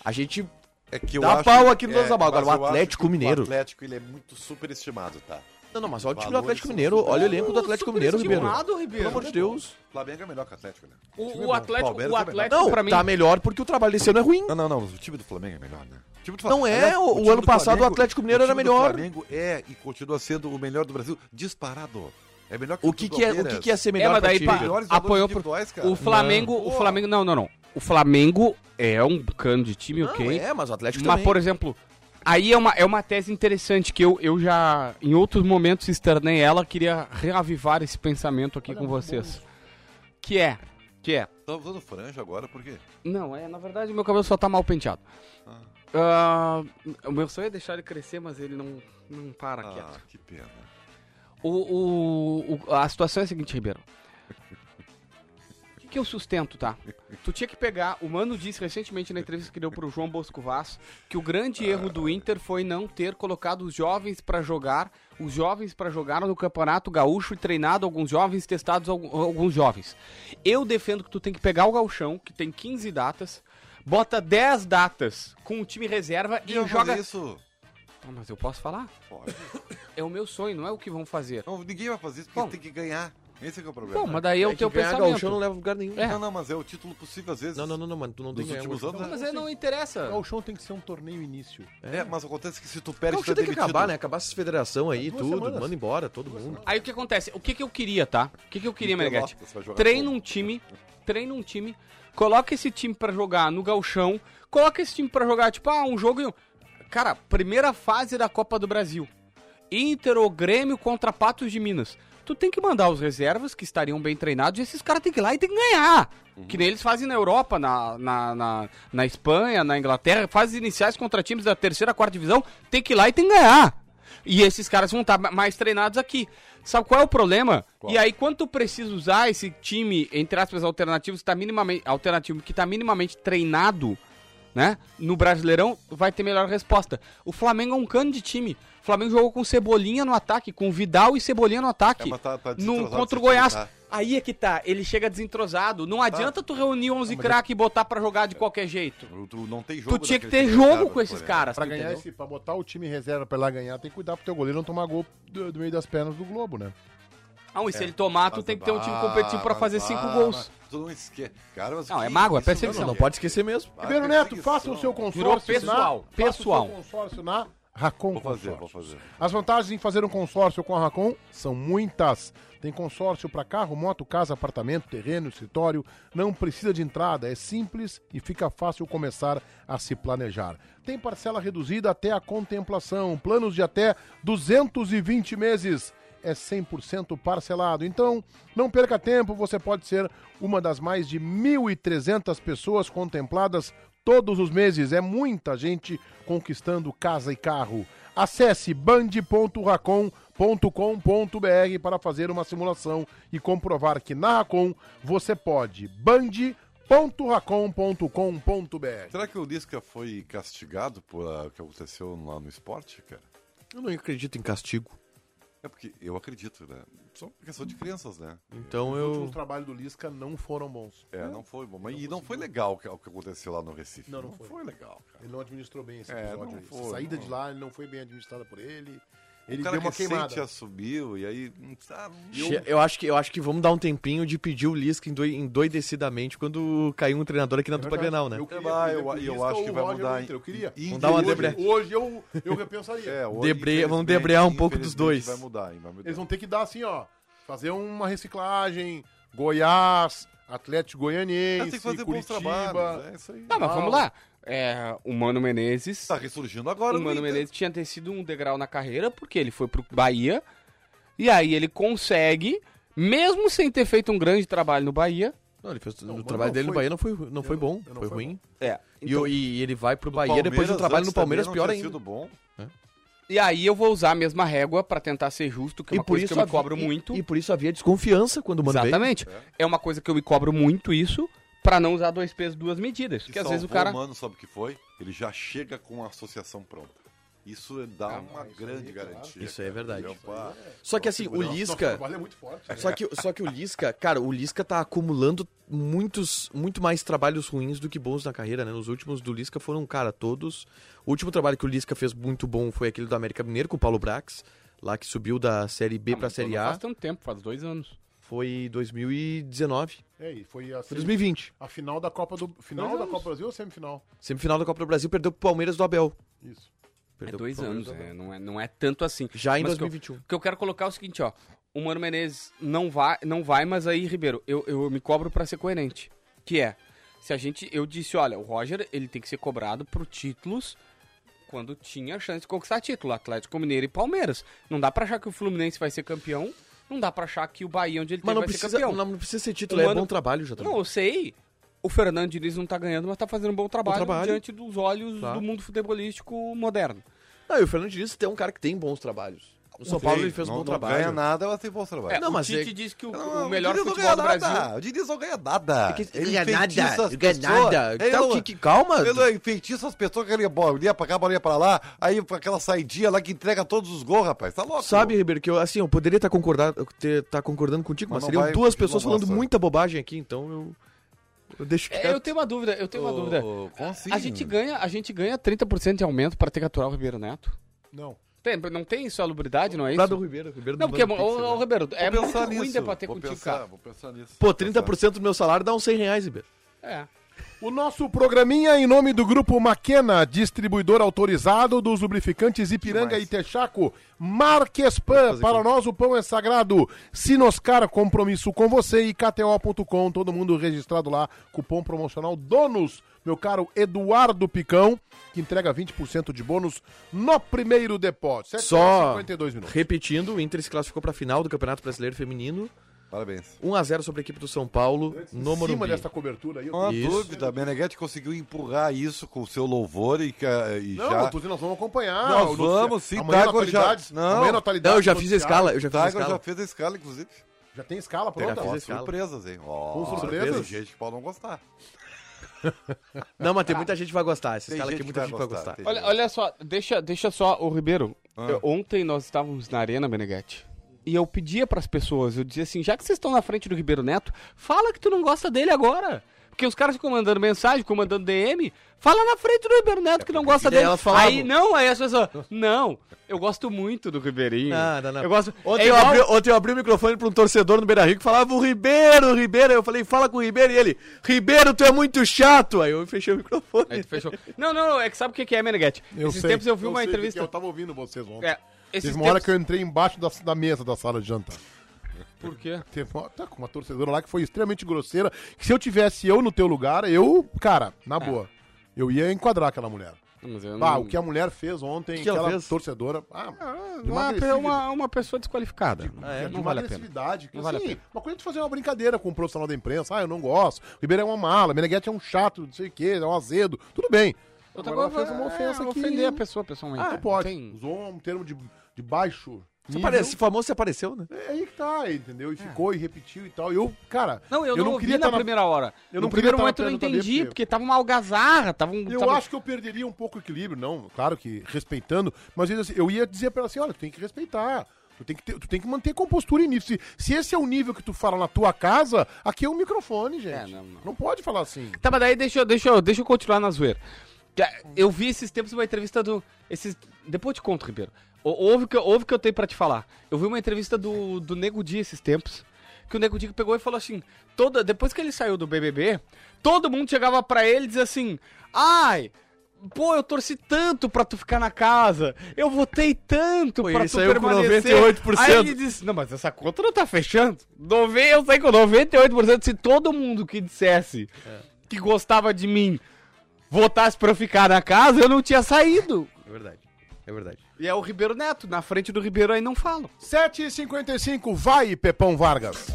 F: a gente.
E: é que eu
F: dá
E: acho-
F: pau aqui no Dozabal.
E: mas
F: Agora, o
E: eu acho
F: Atlético
E: que
F: Mineiro.
E: O Atlético ele é muito superestimado, tá?
F: Não, não, mas olha o time do
E: Valores
F: Atlético
E: são
F: Mineiro,
E: super-
F: olha o elenco do Atlético Mineiro, Ribeiro.
D: Superestimado, Ribeiro.
F: Pelo amor de Deus.
E: Flamengo é melhor que o Atlético, né?
D: O, o Atlético,
E: Palmeiras é
D: o
E: também.
D: Atlético
F: Não,
D: pra mim.
F: tá melhor porque o trabalho desse ano é ruim.
E: Não, não, não. O time do Flamengo é melhor, né? O time do
F: Não é,
E: Aliás,
F: o- o
E: time
F: ano
E: do
F: passado o Atlético Mineiro
E: time
F: era
E: do
F: melhor.
E: Flamengo é e continua sendo o melhor do Brasil, disparado. É melhor que
F: O que,
E: do
F: que, é, o
E: Palmeiras.
F: que, que é ser
D: É,
F: melhor
D: mas
F: pra
D: daí
F: ti,
D: pá,
F: Ribeiro?
E: Melhores valores
D: apoiou pro-
E: individuais, cara.
D: O Flamengo, o Flamengo, não, não, não. O Flamengo é um cano de time,
F: Não,
D: ok.
F: é, mas o Atlético
D: Mas,
F: também.
D: por exemplo, aí é uma, é uma tese interessante que eu, eu já, em outros momentos, externei ela. Queria reavivar esse pensamento aqui com vocês. Que é, que é...
E: Tá usando franja agora, por quê?
D: Não, é, na verdade, o meu cabelo só tá mal penteado. Ah, o meu sonho é deixar ele crescer, mas ele não, não para quieto.
E: Ah, que pena.
D: O, o- o- a situação é a seguinte, Ribeiro. O que, que eu sustento, tá? Tu tinha que pegar. O Mano disse recentemente na entrevista que deu pro João Bosco Vaz que o
E: Ah.
D: grande erro do Inter foi não ter colocado os jovens pra jogar. Os jovens pra jogar no Campeonato Gaúcho e treinado alguns jovens, testados algu- alguns jovens. Eu defendo que tu tem que pegar o Gauchão, que tem 15 datas, bota 10 datas com o time reserva e
E: Deus, mas
D: joga.
E: isso.
D: Ah, mas eu posso falar?
E: Pode.
D: É o meu sonho, não é o que vão fazer.
E: Não, ninguém vai fazer isso porque
D: Bom.
E: tem que ganhar. Esse é que é o problema.
D: Bom, mas daí é o
F: que
D: teu
F: ganhar
D: pensamento.
F: gauchão não leva a lugar nenhum.
D: É.
E: Não, não, mas é o título possível às vezes.
F: Não, não, não, não, mano. Tu não tem
E: Dos
F: ganhar
E: últimos
F: hoje.
E: anos, né?
D: Mas aí não interessa.
C: O Gauchão tem que ser um torneio início.
E: É, mas acontece que se tu perde,
F: Não,
E: tu é
F: tinha que
E: demitido.
F: acabar, né? Acabar essa federação aí,
C: Duas
F: tudo.
C: semanas.
F: Manda embora todo mundo.
D: Aí o que acontece? O que, que eu queria, tá? O que, que eu queria,
E: Em Pelotas,
D: Meneghetti?
E: vai jogar
D: Treina
E: fora.
D: um time, treina um time, coloca esse time pra jogar no galchão, coloca esse time pra jogar, tipo, ah, um jogo... e um- Cara, primeira fase da Copa do Brasil. Inter ou Grêmio contra Patos de Minas. Tu tem que mandar os reservas, que estariam bem treinados, e esses caras têm que ir lá e tem que ganhar. Que nem eles fazem na Europa, na, na, na, na Espanha, na Inglaterra, fases iniciais contra times da terceira, quarta divisão, tem que ir lá e tem que ganhar. E esses caras vão estar mais treinados aqui. Sabe qual é o problema? E aí, quando tu precisa usar esse time, entre aspas, alternativo, que tá minimamente, alternativo, que tá minimamente treinado, né? No Brasileirão vai ter melhor resposta. O Flamengo é um cano de time. O Flamengo jogou com Cebolinha no ataque, com Vidal e Cebolinha no
E: É,
D: ataque.
E: mas tá- tá
D: no,
E: desentrosado
D: contra o
E: esse time,
D: Goiás.
E: tá?
D: Aí é que tá, ele chega desentrosado. Não adianta tu reunir 11 craque e botar pra jogar de qualquer jeito.
E: Tu- Tu não tem é jogo é
D: Tu tinha que
E: daquele
D: ter
E: time
D: jogo
E: do
D: com esses
E: Flamengo.
D: caras,
C: Pra
D: tu
C: ganhar
D: entendeu?
C: esse, pra botar o time reserva pra lá ganhar, tem que cuidar pro teu goleiro não tomar gol do, do meio das pernas do Globo, né?
D: Não, e se
E: É.
D: ele tomar, tu tem que ter um time competitivo pra
E: Ah,
D: fazer
E: mas-
D: cinco
E: ah,
D: gols.
E: mas Tu não esquece. Cara, mas
D: Não,
E: que
D: é mágoa, é
E: isso,
D: perseguição.
E: mano?
F: Não pode esquecer mesmo.
E: Ah,
C: Ribeiro Neto,
E: perseguição.
C: faça o seu consórcio.
D: Virou pessoal,
C: na-
D: pessoal.
C: Faça o seu consórcio na Racon
E: Vou fazer, vou
C: Consórcios.
E: fazer.
C: As vantagens em fazer um consórcio com a Racon são muitas. Tem consórcio para carro, moto, casa, apartamento, terreno, escritório. Não precisa de entrada, é simples e fica fácil começar a se planejar. Tem parcela reduzida até a contemplação, planos de até 220 meses. É 100% parcelado. Então, não perca tempo, você pode ser uma das mais de 1.300 pessoas contempladas todos os meses. É muita gente conquistando casa e carro. Acesse band.racon.com.br para fazer uma simulação e comprovar que na Racon você pode. band.racon.com.br
E: Será que o Lisca foi castigado por ah, o que aconteceu lá no esporte, cara?
F: Eu não acredito em castigo.
E: É porque eu acredito, né? Só uma questão de crianças, né?
F: Então
C: Os últimos
F: eu.
C: trabalhos do Lisca não foram bons.
E: É, não foi bom. Mas, e não foi legal o que, o que aconteceu lá no Recife. Não, não, foi. legal, cara.
C: Ele não administrou bem esse
E: É,
C: episódio.
E: não
C: aí.
E: foi,
C: Essa saída
E: não.
C: de lá ele não foi bem administrada por ele.
E: o
C: Ele
E: cara
C: deu
E: assim,
C: uma
E: que
C: queimada.
E: sente assumiu e aí... hum, sabe,
F: Che- né? Eu acho, que, eu acho que vamos dar um tempinho de pedir o Lisca endoi- endoidecidamente quando cair um treinador aqui na dupla Grenal, né?
E: queria
C: vai,
E: que o Lisca ou o Roger no
C: Eu
E: Inter, eu
C: queria.
E: queria.
F: Vamos dar uma
C: hoje,
F: debre-
C: hoje eu, eu repensaria.
E: É, hoje,
F: Debre- vamos
E: infelizmente-
F: debrear um pouco dos
E: infelizmente
F: dois.
E: Vai mudar, hein? Vai mudar.
C: Eles vão ter que dar assim, ó. Fazer uma reciclagem. Goiás, Atlético
E: Mas
C: Goianiense,
E: Ah, tem que fazer bons
C: Curitiba.
E: trabalhos, é isso aí.
D: Tá, mas vamos lá. É, o Mano Menezes.
E: Tá ressurgindo agora
D: o
E: no
D: Mano
E: Inter.
D: Menezes tinha ter sido um degrau na carreira, porque ele foi pro Bahia. E aí ele consegue, mesmo sem ter feito um grande trabalho no Bahia.
F: Não, ele fez,
C: Não,
F: o
C: mas
F: trabalho
C: não
F: dele no
C: foi-
F: Bahia não foi, não foi bom,
C: não
F: foi
C: foi
F: ruim.
D: É.
F: E o- E, ele vai pro Bahia depois do
E: Palmeiras
F: trabalho no
E: antes
F: Palmeiras,
E: também não
F: pior
E: tinha
F: ainda.
E: sido bom.
D: E aí eu vou usar a mesma régua pra tentar ser justo, que é uma coisa que eu me
F: havia-
D: cobro
F: e-
D: muito.
F: E, por isso havia desconfiança quando o Mano veio.
D: Exatamente. É uma coisa que eu me cobro muito isso, pra não usar dois pesos, duas medidas. Porque às vezes o
E: salvou
D: cara.
E: Mano, sabe o que foi? Ele já chega com a associação pronta. Isso é dá uma grande garantia.
F: Isso aí é verdade.
E: Entendeu? Pá,
F: Só que assim, o
C: Nossa,
F: Lisca.
C: trabalho é muito forte. né?
F: Só que, só que o Lisca, cara, o Lisca tá acumulando muitos, muito mais trabalhos ruins do que bons na carreira, né? Nos últimos do Lisca foram, cara, todos. O último trabalho que o Lisca fez muito bom foi aquele do América Mineiro com o Paulo Brax, lá que subiu da Série B
D: Ah,
F: pra
D: mas
F: Série
D: não
F: A.
D: Faz tanto tempo, faz dois anos.
F: Foi 2019.
C: É, e foi a,
F: Foi 2020.
C: a final da Copa do. Final
D: Dois
C: da
D: anos.
C: Copa do Brasil ou semifinal?
F: Semifinal da Copa do Brasil, perdeu pro Palmeiras do Abel.
C: Isso.
D: É
F: Perdeu pro
D: dois anos,
F: Palmeiras do
D: é,
F: Abel.
D: não, é, não é tanto assim.
F: Já em
D: Mas que eu-
F: 2021.
D: O que eu quero colocar é o seguinte, ó. O Mano Menezes não vai, não vai mas aí, Ribeiro, eu, eu me cobro pra ser coerente. Que é, se a gente... Eu disse, olha, o Roger, ele tem que ser cobrado por títulos quando tinha chance de conquistar título. Atlético Mineiro e Palmeiras. Não dá pra achar que o Fluminense vai ser campeão. Não dá pra achar que o Bahia, onde ele
F: Mas
D: teve,
F: não
D: vai
F: precisa,
D: ser campeão.
F: não precisa ser título,
D: O
F: é
D: Mano-
F: bom trabalho já.
D: Não, eu sei. O Fernando Diniz não tá ganhando, mas tá fazendo um bom trabalho,
F: trabalho. Tá.
D: diante dos olhos
F: Claro.
D: do mundo futebolístico moderno.
F: Não, e o Fernando Diniz é um cara que tem bons trabalhos. O São Paulo ele fez um
E: não,
F: bom
E: não
F: trabalho.
E: ganha nada, ela tem bons trabalhos.
D: É,
F: Não,
D: o
F: mas
D: Tite
F: é-
D: diz que o,
E: Não,
D: o melhor
E: Diniz não
D: futebol do
E: ganha
D: Brasil...
E: nada. O Diniz não ganha nada. Ele
F: É Ganha
E: enfeitiça
F: nada,
E: as
F: ganha
E: pessoas.
F: nada.
E: Ele
F: Tá,
E: não-
F: que- que- calma.
E: Ele não enfeitiça as pessoas que ele bolinha pra cá, bolinha pra lá. Aí pra aquela saidinha lá que entrega todos os gols, rapaz. Tá louco.
F: Sabe, Ribeiro, que eu, assim, eu poderia estar concordado, ter- tá concordando contigo, mas,
E: Mas não
F: seriam
E: vai
F: duas
E: continuar
F: pessoas falando
E: mostrando.
F: muita bobagem aqui, então eu, eu deixo quieto.
D: É, eu tenho uma dúvida, eu tenho uma dúvida.
E: Ô, como assim?
D: A gente ganha, a gente ganha 30% de aumento pra ter que aturar o Ribeiro Neto?
C: Não.
D: Tem- não tem salubridade, não é
F: Nada do
D: isso?
F: Ribeiro, o Ribeiro
D: Não, porque,
F: manda pix,
D: ô, ô,
F: né?
D: Ribeiro, é
E: Vou
D: muito
E: pensar
D: ruim
E: nisso.
D: de bater
E: Vou
D: contigo,
E: pensar,
D: cara.
E: Vou pensar nisso.
F: Pô,
E: Vou pensar.
F: 30% do meu salário dá uns 100 reais, Ribeiro.
D: É.
C: O nosso programinha em nome do grupo Maquena, distribuidor autorizado dos lubrificantes Ipiranga e Texaco, Marquespan, para nós o pão é sagrado. Sinoscar, compromisso com você e KTO.com, todo mundo registrado lá, cupom promocional DONOS, meu caro Eduardo Picão, que entrega 20% de bônus no primeiro depósito. Sete horas e
F: Só
C: 52 minutos.
F: repetindo, o Inter se classificou pra final do Campeonato Brasileiro Feminino,
E: Parabéns.
F: 1x0 sobre a equipe do São Paulo, no
C: Em cima
F: Morumbi.
C: dessa cobertura aí, eu
E: Não há
C: tô...
F: Isso.
E: dúvida, a Meneghetti conseguiu empurrar isso com o seu louvor e, ca- e
C: Não,
E: já...
C: eu tô dizendo, nós vamos acompanhar.
E: Nós
C: o
E: vamos, sim,
C: Amanhã
E: Tiago já-
C: natalidades-
E: Não.
C: amanhã natalidades
F: Não, eu tá já fiz
C: noticiário.
F: a escala, eu já
E: O
F: fiz a
E: Tiger já
F: escala.
E: fez a escala, inclusive.
C: Já tem escala pronta?
F: Já fiz
E: Ó,
F: a escala.
E: surpresas, hein? Ó,
C: Com surpresas?
E: Tem gente que pode não gostar.
F: Não, mas Ah, tem muita gente que vai gostar, essa
E: Tem
F: escala aqui é
E: gente que
F: muita
E: vai
F: gente vai
E: gostar,
F: gostar.
E: tem.
D: Olha, olha só, deixa, deixa só, o Ribeiro.
C: Ah.
D: eu- ontem nós estávamos na Arena Meneghetti. E eu pedia pras pessoas, eu dizia assim, já que vocês estão na frente do Ribeiro Neto, fala que tu não gosta dele agora. Porque os caras ficam mandando mensagem, ficam mandando DM, fala na frente do Ribeiro Neto que não gosta
F: daí
D: dele.
F: elas falavam.
D: Aí não, aí as pessoas, não, eu gosto muito do Ribeirinho.
F: Ah, Não, não, não.
D: Eu gosto.
F: Ontem,
D: é
F: eu
D: igual-
F: abri, ontem eu abri o microfone pra um torcedor no Beira Rio que falava o Ribeiro, o Ribeiro. Aí eu falei, fala com o Ribeiro. E ele, Ribeiro, tu é muito chato. Aí eu fechei o microfone.
D: Aí tu fechou. Não, não, é que sabe o que que é, Meneghetti?
C: Eu
D: Esses
C: sei,
D: tempos eu vi uma
C: sei o que que
D: entrevista.
C: é, Eu tava ouvindo vocês ontem.
D: É, esses
C: Teve uma hora
D: tempos-
C: que eu entrei embaixo da, da mesa da sala de jantar.
D: Por quê?
C: Teve uma, tá com uma torcedora lá que foi extremamente grosseira. Que se eu tivesse eu no teu lugar, eu, cara, na boa, eu ia enquadrar aquela mulher.
D: Mas É. eu
C: Ah,
D: não-
C: o que a mulher fez ontem,
F: que ela
C: aquela
F: fez?
C: torcedora. Ah,
D: Ah,
C: de
D: uma,
C: uma
D: é uma, uma pessoa desqualificada.
F: Ah,
C: é, de
D: não
C: uma
D: vale a pena.
C: agressividade.
D: Não vale a
C: assim, uma coisa é tu fazer uma brincadeira com um profissional da imprensa. Ah, eu não gosto. Ribeirão é uma mala, Meneghetti é um chato, não sei o quê, é um azedo. Tudo bem.
D: Outra
C: Agora
D: coisa
C: ela fez uma ofensa que-
D: é, ofender a pessoa pessoalmente.
C: Ah, não pode. Usou um termo de, de baixo.
F: Se
C: nível.
F: aparece, famoso se apareceu, né?
C: É aí que tá, entendeu? E ficou e repetiu e tal. E eu, cara,
D: Não, eu,
C: Eu
D: não,
C: não
D: ouvi
C: queria
D: na
C: tá na-
D: primeira hora.
C: eu
D: no
C: não queria tá
D: primeiro
C: na
D: momento eu
C: perna
D: não
C: também,
D: entendi,
C: porque-
D: porque... tava uma algazarra, tava um...
C: eu
D: tava-
C: acho que eu perderia um pouco o equilíbrio, não, claro que respeitando, mas eu ia dizer- eu ia dizer pra ela assim, olha, tu tem que respeitar. Tu tem que, ter- tu tem que manter compostura e nível. Se, se esse é o nível que tu fala na tua casa, aqui é o microfone, gente.
D: não,
C: não,
D: não.
C: pode falar assim.
D: Tá, mas daí deixa, eu- deixa, eu- deixa eu continuar na zoeira. Que, ah, Eu vi esses tempos uma entrevista do... Esses... Depois eu te conto, Ribeiro. O- Ouve o que, eu- ouve o que eu tenho pra te falar. Eu vi uma entrevista do, do Nego Di esses tempos, que o Nego Di pegou e falou assim, toda... depois que ele saiu do BBB, todo mundo chegava pra ele e dizia assim, ai... Pô, eu torci tanto pra tu ficar na casa. Eu votei tanto
F: Pô,
D: pra
F: ele
D: tu
F: saiu com
D: permanecer.
F: 98%.
D: Aí ele disse, não, mas essa conta não tá fechando. Nove- Eu sei que com 98% se todo mundo que dissesse que gostava de mim votasse pra eu ficar na casa, eu não tinha saído.
F: É verdade. É verdade.
D: E é o Ribeiro Neto, na frente do Ribeiro aí não falo.
C: 7h55, vai, Pepão Vargas.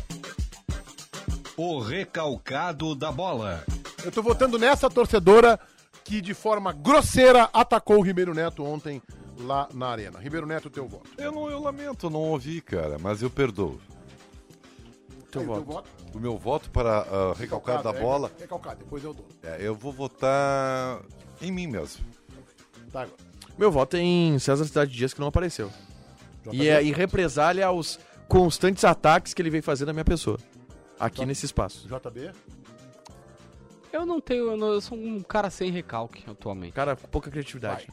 B: O recalcado da bola.
C: Eu tô votando nessa torcedora que de forma grosseira atacou o Ribeiro Neto ontem lá na arena. Ribeiro Neto, teu voto.
E: Eu, não, eu lamento, não ouvi, cara, mas eu perdoo.
C: Teu voto.
E: O meu voto para ah, recalcado da
C: é,
E: bola,
C: Recalcado, depois eu dou.
E: é, eu vou votar em mim mesmo.
C: Tá, agora.
F: Meu voto é em César Cidade Dias, que não apareceu. E é em represália aos constantes ataques que ele veio fazer na minha pessoa. Aqui nesse espaço.
C: JB?
D: Eu não tenho, eu, não- eu sou um cara sem recalque atualmente.
F: Cara, com pouca criatividade.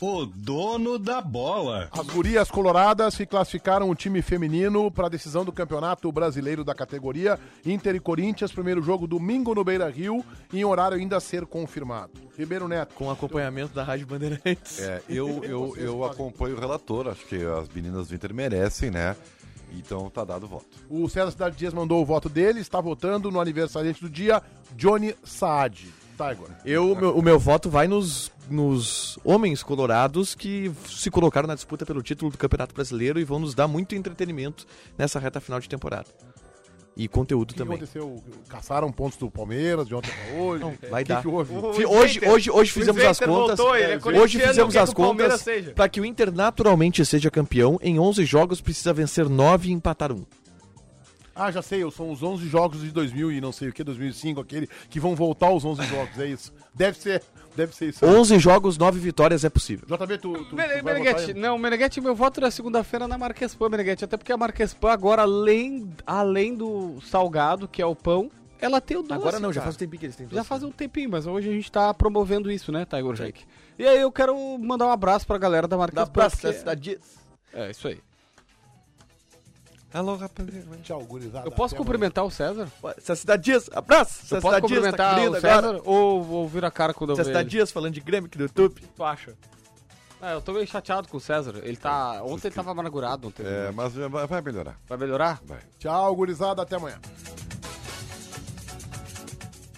B: O dono da bola.
C: As gurias coloradas se classificaram o time feminino para a decisão do Campeonato Brasileiro da categoria Inter e Corinthians, primeiro jogo domingo no Beira-Rio, em horário ainda a ser confirmado. Ribeiro Neto.
F: Com acompanhamento da Rádio Bandeirantes.
E: É, eu, eu,
C: Vocês
E: eu
C: podem.
E: acompanho o relator, acho que as meninas do Inter merecem, né? Então tá dado o voto.
C: O César Cidade Dias mandou o voto dele, está votando no aniversariante do dia, Johnny Saad. Tá, agora.
F: Eu, o meu, o meu voto vai nos, nos homens colorados que se colocaram na disputa pelo título do Campeonato Brasileiro e vão nos dar muito entretenimento nessa reta final de temporada. E conteúdo
C: O que
F: também.
C: aconteceu? Caçaram pontos do Palmeiras de ontem pra hoje?
F: Não, vai
C: O que
F: dar.
C: que houve?
F: Fi- Hoje,
D: Inter-
F: hoje, hoje fizemos as
D: Inter
F: contas.
D: voltou, ele é
F: É, hoje
D: corintiano,
F: fizemos
D: quer
F: as
D: que o Palmeiras
F: contas
D: seja.
F: para que o Inter naturalmente seja campeão. Em 11 jogos precisa vencer 9 e empatar 1.
C: Ah, já sei, são os 11 jogos de 2000 e não sei o que, 2005, aquele, que vão voltar os 11 jogos, é isso. Deve ser, deve ser isso.
F: 11 jogos, 9 vitórias é possível.
C: JB, tu, tu, tu vai
D: Meneghete,
C: votar em-
D: não, Meneghete, meu voto na segunda-feira é na Marquespan, Meneghete. Até porque a Marquespan agora, além, além do salgado, que é o pão, ela tem o doce.
F: Agora não,
D: assim,
F: já
D: cara.
F: faz um tempinho que eles têm
D: Já faz um tempinho, mas hoje a gente tá promovendo isso, né, Tiger Jack? E aí eu quero mandar um abraço pra galera da Marquespan. porque- É, isso aí.
F: Alô, rapaziada.
C: Tchau, gurizada.
D: Eu posso
C: Até amanhã.
D: cumprimentar o César?
F: Cidade Dias, abraço.
D: Eu
F: César
D: posso
F: Cidade Dias, tá
D: cumprimentar
F: querido
D: o
F: agora.
D: César ou, ou vira a cara quando eu ver
F: César
D: ele?
F: Dias falando de Grêmio aqui do YouTube.
D: tu acha? Ah, eu tô meio chateado com o César. Ele tá. Ontem ele tava amargurado. Ontem.
E: É, mas vai vai melhorar.
D: Vai melhorar?
C: Tchau, gurizada, até amanhã.